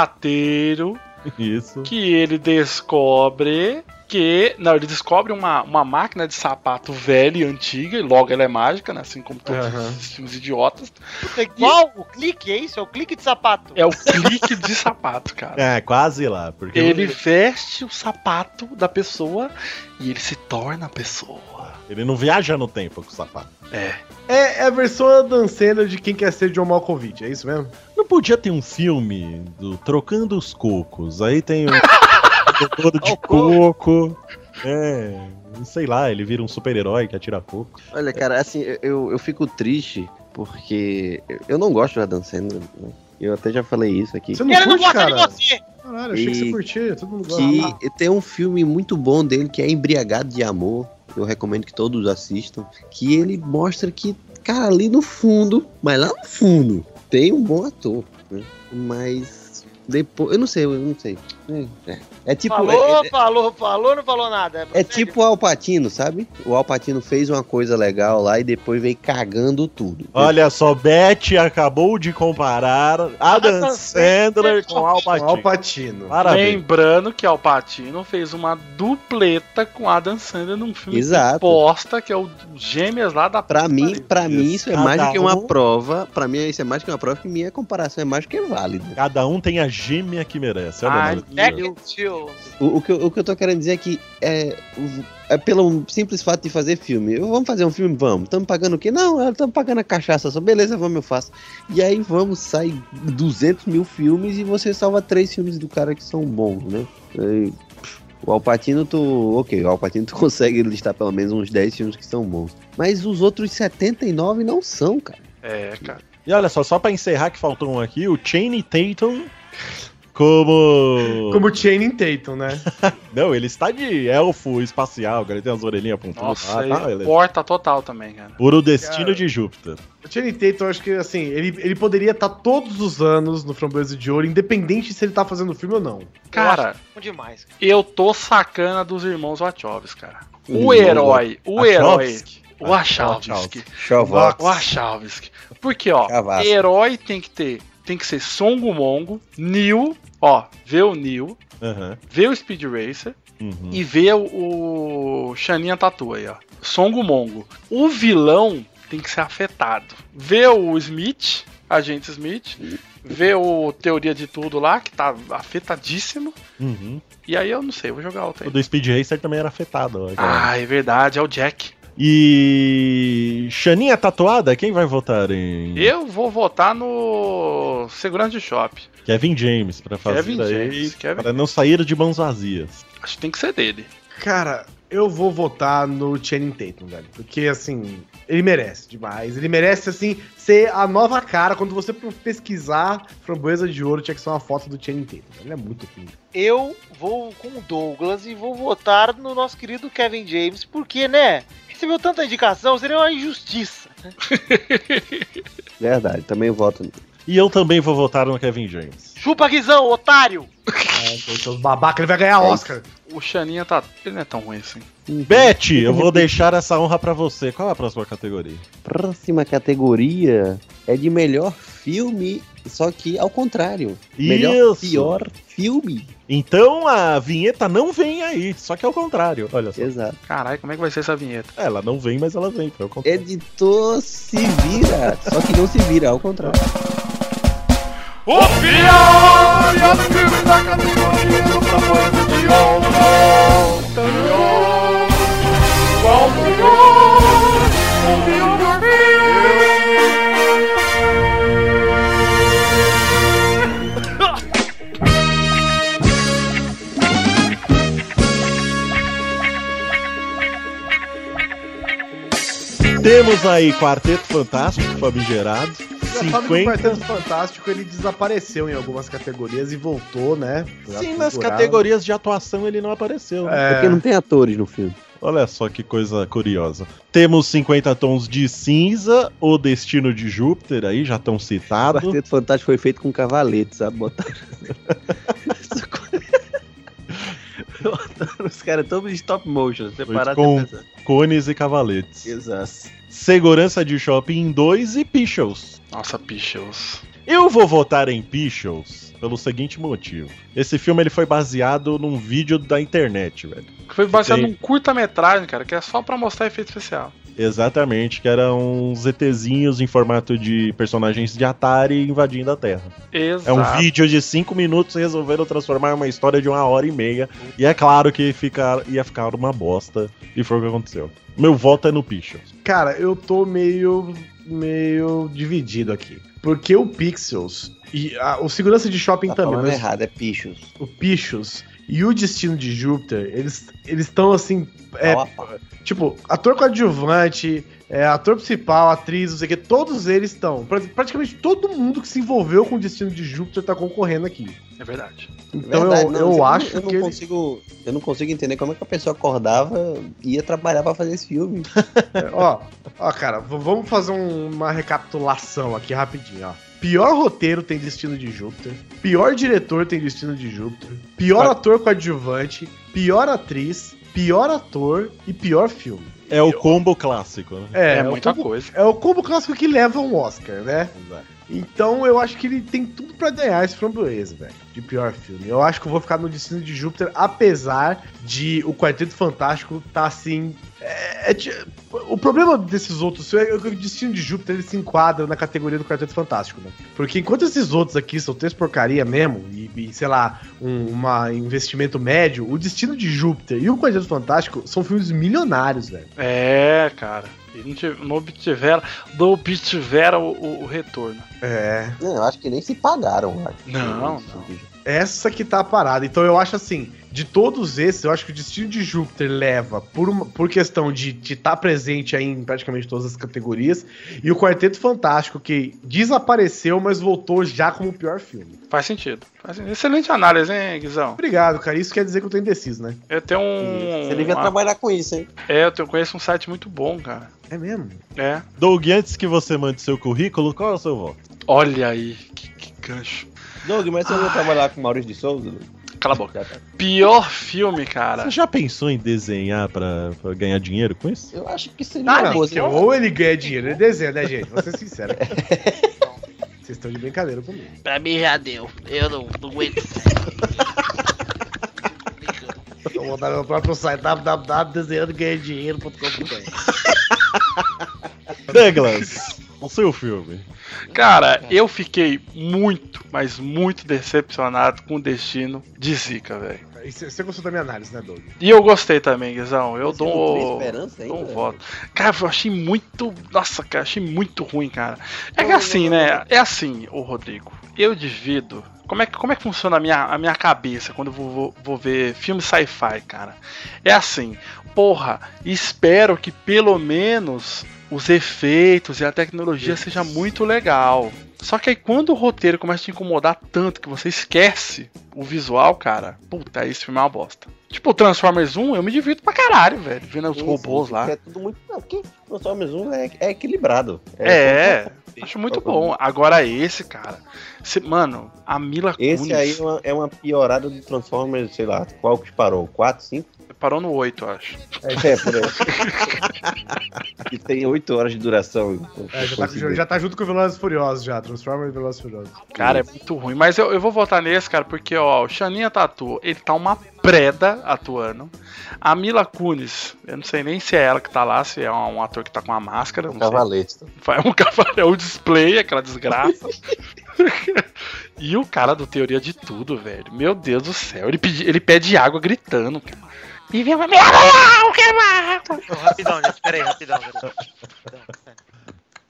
sapateiro
Isso.
que ele descobre que. Não, ele descobre uma, uma máquina de sapato velha e antiga, e logo ela é mágica, né? Assim como todos
Aham.
os filmes idiotas.
Puta, qual o clique? É isso? É o clique de sapato.
É o clique de sapato, cara.
<laughs> É, quase lá. Porque
Ele
ele,
veste o sapato da pessoa e ele se torna a pessoa.
ele não viaja no tempo com o sapato.
É, é a versão Adam Sandler de quem quer ser John Malkovich, é isso mesmo?
Não podia ter um filme do Trocando os Cocos. Aí tem o doutor de
O coco.
coco. É, sei lá, ele vira um super-herói que atira coco.
Olha, cara, assim, eu, eu fico triste porque eu- eu não gosto do Adam Sandler. né? Eu até já falei isso aqui.
Você
E Ele não
curte,
gosta
cara?
de você.
Caralho, achei que você
E-
curtia, todo mundo gosta. Ah,
Que tem um filme muito bom dele que é Embriagado de Amor. Eu recomendo que todos assistam. Que ele mostra que, cara, ali no fundo, mas lá no fundo, tem um bom ator. Né? Mas depois. Eu não sei, eu não sei. É, é. É tipo.
Falou,
é- é-
falou, falou, não falou nada.
é tipo o Alpatino, sabe? O Alpatino fez uma coisa legal lá e depois veio cagando tudo.
Olha só, Beth acabou de comparar Adam
Adam
Sandler
Sandler
com Al
Al
Pacino.
Patino.
Parabéns.
Lembrando que Alpatino fez uma dupleta com Adam Sandler num filme
Exato.
de posta, que é o Gêmeas lá da
Pra
puta
mim,
que
para mim isso é
Cada
mais do que
um-
uma prova. Pra mim isso é mais do que uma prova que minha comparação é mais do que válida.
Cada um tem a gêmea que merece. Olha,
Ai,
mano.
Jack and Jill.
O, o que eu, o que eu tô querendo dizer é que é, o- é pelo simples fato de fazer filme. Eu, vamos fazer um filme? Vamos. Estamos pagando o quê? Não, estamos pagando a cachaça só. Beleza, vamos, eu faço. E aí vamos, sai 200 mil filmes e você salva três filmes do cara que são bons, né? E, pff, o Alpatino, tu. Ok, o Alpatino tu <laughs> consegue listar pelo menos uns 10 filmes que são bons. Mas os outros 79 não são, cara.
É, cara.
E olha só, só pra encerrar que faltou um aqui, o Channing Tatum como...
Como o Channing Tatum, né?
Não, ele está de elfo espacial, cara. Ele tem as orelhinhas pontudas.
Nossa,
lá, tá,
ele
ele-
porta total também, cara.
Por o destino
Cara.
de Júpiter.
O Channing Tatum, eu acho que, assim, ele, ele poderia estar todos os anos no Framboesa de Ouro, independente se ele tá fazendo filme ou não.
Cara,
Bom demais. cara.
eu tô sacana dos irmãos Wachowskis, cara.
Irmão
O herói, o herói.
Wachowski.
O Wachowski.
Chovó.
O Wachowski. Porque, ó,
Cavaço.
herói tem que ter. Tem que ser Songo Mongo, Neil, ó, vê o Neil,
Aham.
vê o Speed Racer
uhum.
e vê o, o Xaninha Tatu aí, ó. Songo Mongo. O vilão tem que ser afetado. Vê o Smith, agente Smith, vê o Teoria de Tudo lá, que tá afetadíssimo.
uhum.
E aí eu não sei, eu vou jogar outra
O
aí.
do Speed Racer também era afetado. ó, cara.
Ah, é verdade, é o Jack.
Uhum. E. Xaninha é tatuada? Quem vai votar em.
Eu vou votar no Segurança de Shopping.
Kevin James, pra fazer
Kevin
daí,
James, Kevin
Pra não sair de mãos vazias.
Acho que tem que ser dele.
Cara, eu vou votar no Channing Tatum, velho. Porque, assim, ele merece demais. Ele merece, assim, ser a nova cara. Quando você pesquisar Framboesa de Ouro, tinha que ser uma foto do Channing Tatum. velho. Ele é muito lindo.
Eu vou com o Douglas e vou votar no nosso querido Kevin James, porque, né? Recebeu tanta indicação, seria uma injustiça.
Verdade, também voto
E eu também vou votar no Kevin James.
Chupa, Guizão, otário!
É, então, seus babaca, ele vai ganhar Oscar.
O Xaninha tá. Ele não é tão ruim assim.
Beth, eu vou deixar essa honra pra você. Qual é a próxima categoria?
próxima categoria é de melhor filme, só que ao contrário. Melhor
Isso.
pior filme.
Então a vinheta não vem aí, só que é o contrário. Olha só.
Exato.
Caralho, como é que vai ser essa vinheta?
Ela não vem, mas ela vem. É o contrário.
Editor se vira, só que não se vira, ao contrário.
O pior e os filmes da categoria do tamanho de ouro. Qual o pior? O pior dormir.
Temos aí Quarteto Fantástico, famigerado.
Sabe que o
50.
Quarteto Fantástico ele desapareceu em algumas categorias e voltou, né? pra
Sim, nas
figurar.
categorias de atuação ele não apareceu. né?
É,
Porque não tem atores no filme.
Olha só que coisa curiosa. Temos 50 tons de cinza, o destino de Júpiter aí, já estão
O
citados.
Quarteto Fantástico foi feito com cavalete, sabe?
<laughs>
Botaram. Botaram os caras todos de stop motion, separado.
um.
com- Cones e cavaletes.
Tá
Exato.
Segurança de shopping 2 e Pichels.
Nossa, Pichels.
Eu vou votar em Pichels pelo seguinte motivo. Esse filme ele foi baseado num vídeo da internet, velho.
Foi baseado
Sim.
num curta-metragem, cara, que é só pra mostrar efeito especial.
Exatamente, que eram uns ETzinhos em formato de personagens de Atari invadindo a Terra.
Exato.
É um vídeo de 5 minutos e resolveram transformar uma história de uma hora e meia. E é claro que fica, ia ficar uma bosta. E foi o que aconteceu. Meu voto é no Pichels.
Cara, eu tô meio, meio dividido aqui. Porque o Pixels e a- o Segurança de Shopping
Tá
também,
falando
mas
errado, é pichos.
o Pichos e o Destino de Júpiter, eles estão assim. É,
Pau a pau.
tipo, ator coadjuvante, é, ator principal, atriz, não sei o que, todos eles estão. Pra- Praticamente todo mundo que se envolveu com o Destino de Júpiter tá concorrendo aqui.
É verdade.
Então
Verdade,
eu,
não,
eu acho
eu não
que. ele-
consigo, eu não consigo entender como é que a pessoa acordava e ia trabalhar pra fazer esse filme.
ó, ó, cara, v- vamos fazer um- uma recapitulação aqui rapidinho, ó. Pior roteiro tem Destino de Júpiter. Pior diretor tem Destino de Júpiter. Pior ator coadjuvante. Pior atriz. Pior ator e pior filme.
É o combo clássico, né?
É,
É,
é o
muita
combo-
coisa.
é o combo clássico que leva um Oscar, né?
Exato.
Então eu acho que ele tem tudo pra ganhar esse framboesa, velho. De pior filme. Eu acho que eu vou ficar no Destino de Júpiter, apesar de o Quarteto Fantástico tá assim. é- é ti- o problema desses outros filmes é que o Destino de Júpiter ele se enquadra na categoria do Quarteto Fantástico, né? Porque enquanto esses outros aqui são três porcaria mesmo, e, e, sei lá, um uma investimento médio, o Destino de Júpiter e o Quarteto Fantástico são filmes milionários, velho.
É, cara. E não, tive- não obtiveram, não obtiveram o, o- o retorno.
É.
<laughs> Não, eu acho que nem se pagaram. eu acho.
Não, não.
Essa que tá a parada. Então eu acho assim, de todos esses, eu acho que o destino de Júpiter leva por, uma- por questão de estar presente aí em praticamente todas as categorias. E o Quarteto Fantástico, que desapareceu, mas voltou já como o pior filme.
Faz sentido. Faz sentido. Excelente análise, hein, Guizão?
Obrigado, cara. Isso quer dizer que eu tô indeciso, né?
Eu tenho um.
Você devia
uma-
trabalhar com isso, hein?
É, eu tenho- conheço um site muito bom, cara.
É mesmo?
É.
Doug, antes que você mande seu currículo, qual é o seu voto?
Olha aí, que, que gancho.
Doug, mas você não ia trabalhar com Maurício de Souza? Doug? tá.
Cala a boca. Pior filme, cara.
Você já pensou em desenhar pra, pra ganhar dinheiro com isso?
Eu acho que seria
Ah,
uma boa.
que
assim,
Ou ele ganha dinheiro, ele desenha, né, gente? Vou ser sincero. <laughs> aqui. Vocês estão de brincadeira comigo.
Pra mim já deu. Eu não, não aguento.
<laughs>
Então vou dar meu próprio site www.desenhandoganhadinheiro.com.br
Douglas, o seu filme.
Cara, eu fiquei muito, mas muito decepcionado com o destino de Zika, velho.
E Você você gostou da minha análise, né, Doug?
E eu gostei também, Guizão. Eu
você
dou.
não tem esperança ainda?
Então voto. Cara, eu achei muito. Nossa, cara, achei muito ruim, cara. É que assim, né? É assim, ô Rodrigo. Eu divido. Como é que, como é que funciona a minha, a minha cabeça quando eu vou, vou, vou ver filme sci-fi, cara? É assim, porra, espero que pelo menos os efeitos e a tecnologia seja muito legal. Só que aí quando o roteiro começa a te incomodar tanto que você esquece o visual, cara, puta, aí esse filme é uma bosta. Tipo, Transformers 1, eu me divirto pra caralho, velho, vendo os
Sim,
robôs
sim,
lá.
porque É tudo muito. Não, porque o Transformers 1 é, é equilibrado.
É, acho muito bom. Agora esse, cara. se- mano, a Mila
Esse
Kunis
aí é uma, é uma piorada do Transformers, sei lá, qual que parou? 4, 5?
parou no 8, eu acho.
É, por aí.
<laughs>
que tem 8 horas de duração. então,
É, já, tá,
Consigo-
já tá junto com o Velozes e Furiosos já. Transformers e Velozes e Furiosos.
Cara, é muito ruim. Mas eu, eu vou votar nesse, cara, porque, ó, o Xaninha Tatu, ele tá uma preda atuando. A Mila Kunis, eu não sei nem se é ela que tá lá, se é um, um ator que tá com uma máscara.
Um
não sei.
cavalete.
Vai um <laughs> cavalhão display, aquela <laughs> desgraça. e o cara do Teoria de Tudo, velho. Meu Deus do céu. Ele, pedi- ele pede água gritando, cara. E vem uma merda lá, eu quero água.
Ô, rapidão, gente. Pera aí, rapidão. rapidão.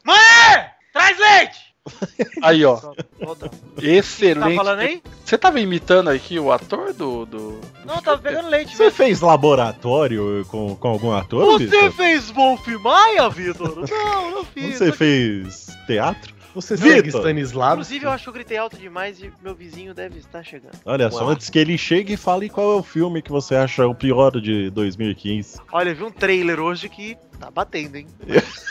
Mãe! Traz leite!
Aí, ó.
Só- só dá.
Excelente.
Tá falando aí?
Você tava imitando aqui o ator do. do...
Não, eu tava pegando leite,
Você é
velho.
fez laboratório com, com algum ator,
Você
Vitor?
fez Wolf Maia, Vitor? Não, não fiz.
Você fez teatro?
Você
Vitor,
Inclusive, eu acho que eu gritei alto demais e meu vizinho deve estar chegando.
Olha só, antes que ele chegue, fale qual é o filme que você acha o pior de 2015.
Olha, eu vi um trailer hoje que tá batendo, hein?
<laughs>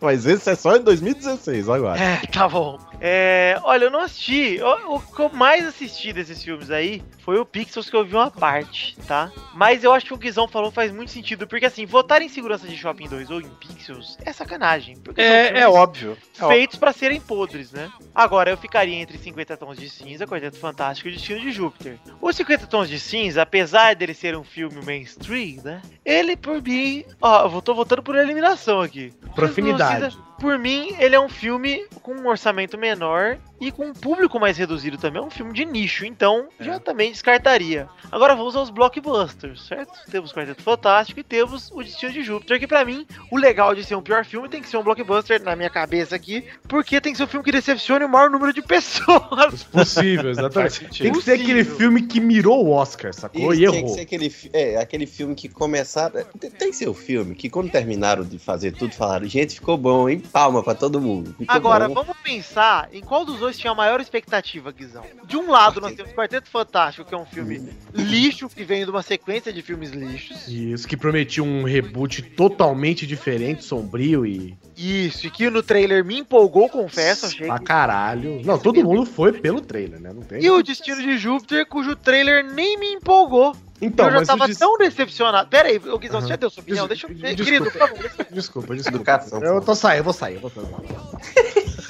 Mas esse é só em 2016, agora.
É, tá bom. É, olha, eu não assisti. O, o que eu mais assisti desses filmes aí foi o Pixels, que eu vi uma parte, tá? Mas eu acho que o Guizão falou faz muito sentido, porque assim, votar em Segurança de Shopping 2 ou em Pixels é sacanagem. Porque são
É,
filmes
é óbvio. É óbvio.
Feitos pra serem podres, né? Agora, eu ficaria entre 50 Tons de Cinza, Quarteto Fantástico e Destino de Júpiter. O 50 Tons de Cinza, apesar dele ser um filme mainstream, né? Ele, por mim... Ó, eu vou- tô votando por eliminação aqui.
Profinidade.
Cinza, Por mim, ele é um filme com um orçamento menor e com um público mais reduzido também. É um filme de nicho, então já também descartaria. Agora vou usar os blockbusters, certo? Temos Quarteto Fantástico e temos O Destino de Júpiter, que pra mim, o legal de ser um pior filme tem que ser um blockbuster, na minha cabeça aqui, porque tem que ser um filme que decepcione o maior número de <laughs> pessoas.
Possível,
<laughs>
Faz
exatamente.
sentido.
Tem que ser aquele filme que mirou o Oscar, sacou?
Isso, Tem
e
que
errou.
ser aquele, fi- é, aquele filme que começaram. é, Tem, tem que ser o filme que, quando terminaram de fazer tudo, falaram: gente, ficou bom, hein? Palma pra todo mundo. Ficou
Agora,
bom.
vamos pensar em qual dos dois tinha a maior expectativa, Guizão. De um lado, nós temos Quarteto Fantástico, que é um filme lixo, que vem de uma sequência de filmes lixos.
Isso, que prometia um reboot totalmente diferente, sombrio e.
Isso, e que no trailer me empolgou, confesso, achei.
Pra caralho. Não, todo mundo foi pelo trailer, né? Não tem.
E o Destino de Júpiter, cujo trailer nem me empolgou.
Então,
eu já
mas o
tava
Dest-
tão decepcionado. Pera aí, ô Guizão, você
Aham.
já deu sua opinião? Deixa eu.
Desculpa.
Querido, por favor.
Desculpa, desculpa. eu tô saindo, eu vou sair, eu vou sair.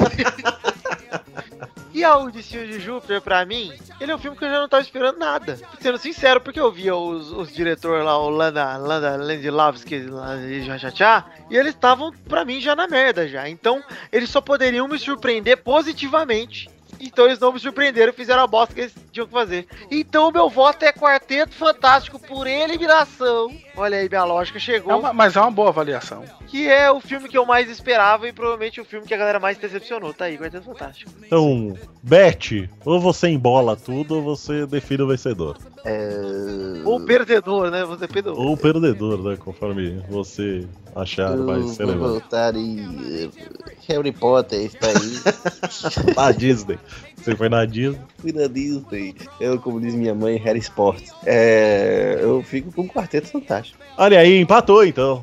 E a O Destino de Júpiter, pra mim, ele é um filme que eu já não tava esperando nada. Sendo sincero, porque eu via os, os diretores lá, o Landa, Landa, Lendilavski lá, e já, já, já, e eles estavam, pra mim, já na merda já. Então, eles só poderiam me surpreender positivamente. Então eles não me surpreenderam, fizeram a bosta que eles tinham que fazer. Então meu voto é Quarteto Fantástico por eliminação. Olha aí, minha lógica chegou.
É uma- mas é uma boa avaliação.
Que é o filme que eu mais esperava e provavelmente o filme que a galera mais decepcionou. Tá aí, Quarteto Fantástico.
Então, Beth, ou você embola tudo, ou você define o vencedor.
Ou perdedor, né? Você perdeu.
Ou o perdedor, né? Conforme você achar vai
Eu
ser
vou
legal.
voltar em eh, Harry Potter está aí.
Na Disney. Você foi na Disney?
<laughs> Fui na Disney. Eu, como diz minha mãe, Harry Sport. É, eu fico com um quarteto fantástico.
Olha aí, empatou então.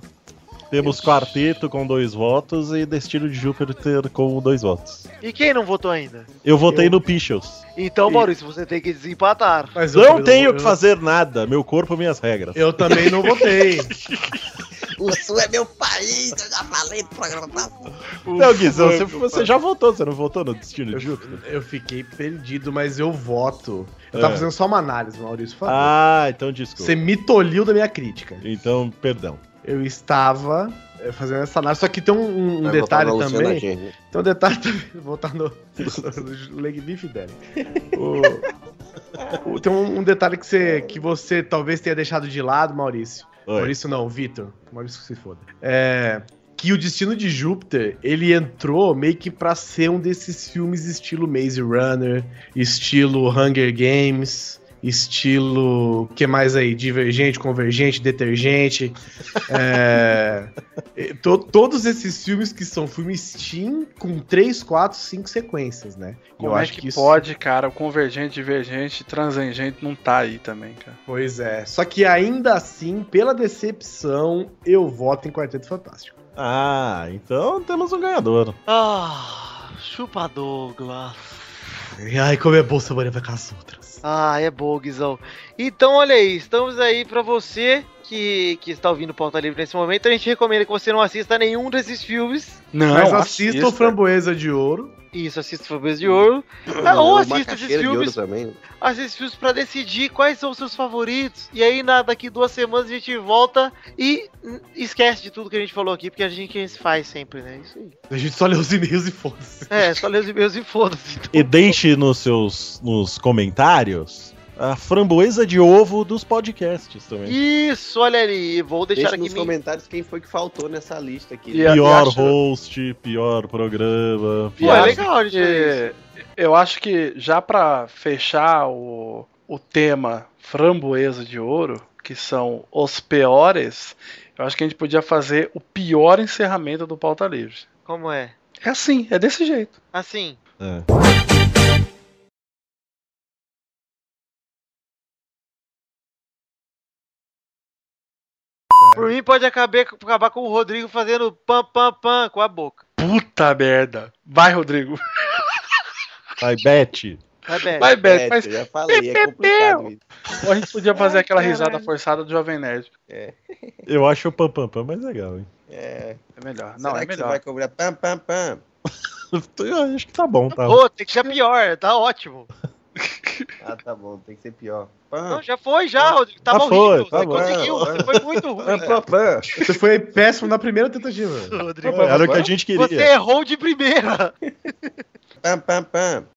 Temos quarteto com dois votos e Destino de Júpiter com dois votos.
E quem não votou ainda?
Eu votei no Pichels.
Então, Maurício, você tem que desempatar.
Mas
Não tenho que fazer nada. Meu corpo, minhas regras.
Eu também não votei.
O Sul é meu país, eu já falei do programa passado.
Não, Guizão, você, você já votou, você não votou no Destino de Júpiter?
Eu fiquei perdido, mas eu voto. Eu
É.
tava fazendo só uma análise, Maurício. por favor.
Ah, então desculpa.
Você me tolhiu da minha crítica.
Então, perdão.
Eu estava é, fazendo essa análise. Só que tem um- um, um detalhe
é
também. Tem um detalhe também. <laughs> Vou Voltar no, no Legni Fidelis.
<laughs>
O- o- Tem um, um detalhe que você, que você talvez tenha deixado de lado, Maurício.
Oi.
Maurício não, Vitor. Maurício que se foda. É, que o Destino de Júpiter, ele entrou meio que pra ser um desses filmes estilo Maze Runner, estilo Hunger Games, estilo... que mais aí? Divergente, Convergente, Detergente. É, <laughs> eh, to- todos esses filmes que são filmes Steam com 3, 4, 5 sequências, né? E
Como é que, pode, cara? O convergente, divergente, transgente não tá aí também, cara.
Pois é. Só que ainda assim, pela decepção, eu voto em Quarteto Fantástico.
Ah, então temos um ganhador.
Ah, chupa Douglas.
Ai, como é bom saber vai com as outras.
Ah, é bom, Guizão. Então, olha aí, estamos aí pra você que, que está ouvindo Pauta Livre nesse momento. A gente recomenda que você não assista nenhum desses filmes.
Não,
Mas assista, o Framboesa de Ouro.
Isso, assista Framboesa
Hum.
de Ouro. Ah, ou assista esses
de ouro né?
filmes,
também.
assista esses filmes pra decidir quais são os seus favoritos. E aí, na, daqui duas semanas, a gente volta e hum, esquece de tudo que a gente falou aqui, porque a gente faz sempre, né? Isso
<laughs>
aí.
A gente só lê os e-mails e foda-se.
É, só lê os e-mails e foda-se.
E deixe nos seus nos comentários a framboesa de ovo dos podcasts também.
Isso, olha ali. Vou deixar
Deixa
aqui
nos comentários quem foi que faltou nessa lista aqui. né?
Pior host, pior programa.
Pô,
pior-
é legal, gente. Eu acho que já pra fechar o, o tema framboesa de ouro, que são os piores, eu acho que a gente podia fazer o pior encerramento do pauta livre.
Como é?
É assim, é desse jeito.
Assim.
É.
Por mim pode acabar, acabar com o Rodrigo fazendo pam pam pam com a boca.
Puta merda. Vai, Rodrigo.
Vai, Bete.
Vai, Beto.
Vai, Beto. Mas...
É, já falei, é
complicado Ou a gente podia fazer aquela risada forçada do Jovem Nerd.
É,
Eu acho o Pam Pam Pam mais legal, hein?
é.
é melhor.
Não,
Não,
Será
é
que você
melhor.
vai cobrar pam pam pam?
Eu acho que tá bom, tá?
Pô, tem que ser pior, tá ótimo.
Ah, tá bom, tem que ser pior. Pam.
Não, já foi, já, Rodrigo. Tava
Já foi,
horrível.
tá
você
bom.
conseguiu, você foi muito ruim.
Você foi péssimo na primeira tentativa.
Rodrigo.
Era o que a gente queria.
Você errou de primeira.
Pam, pam, pam.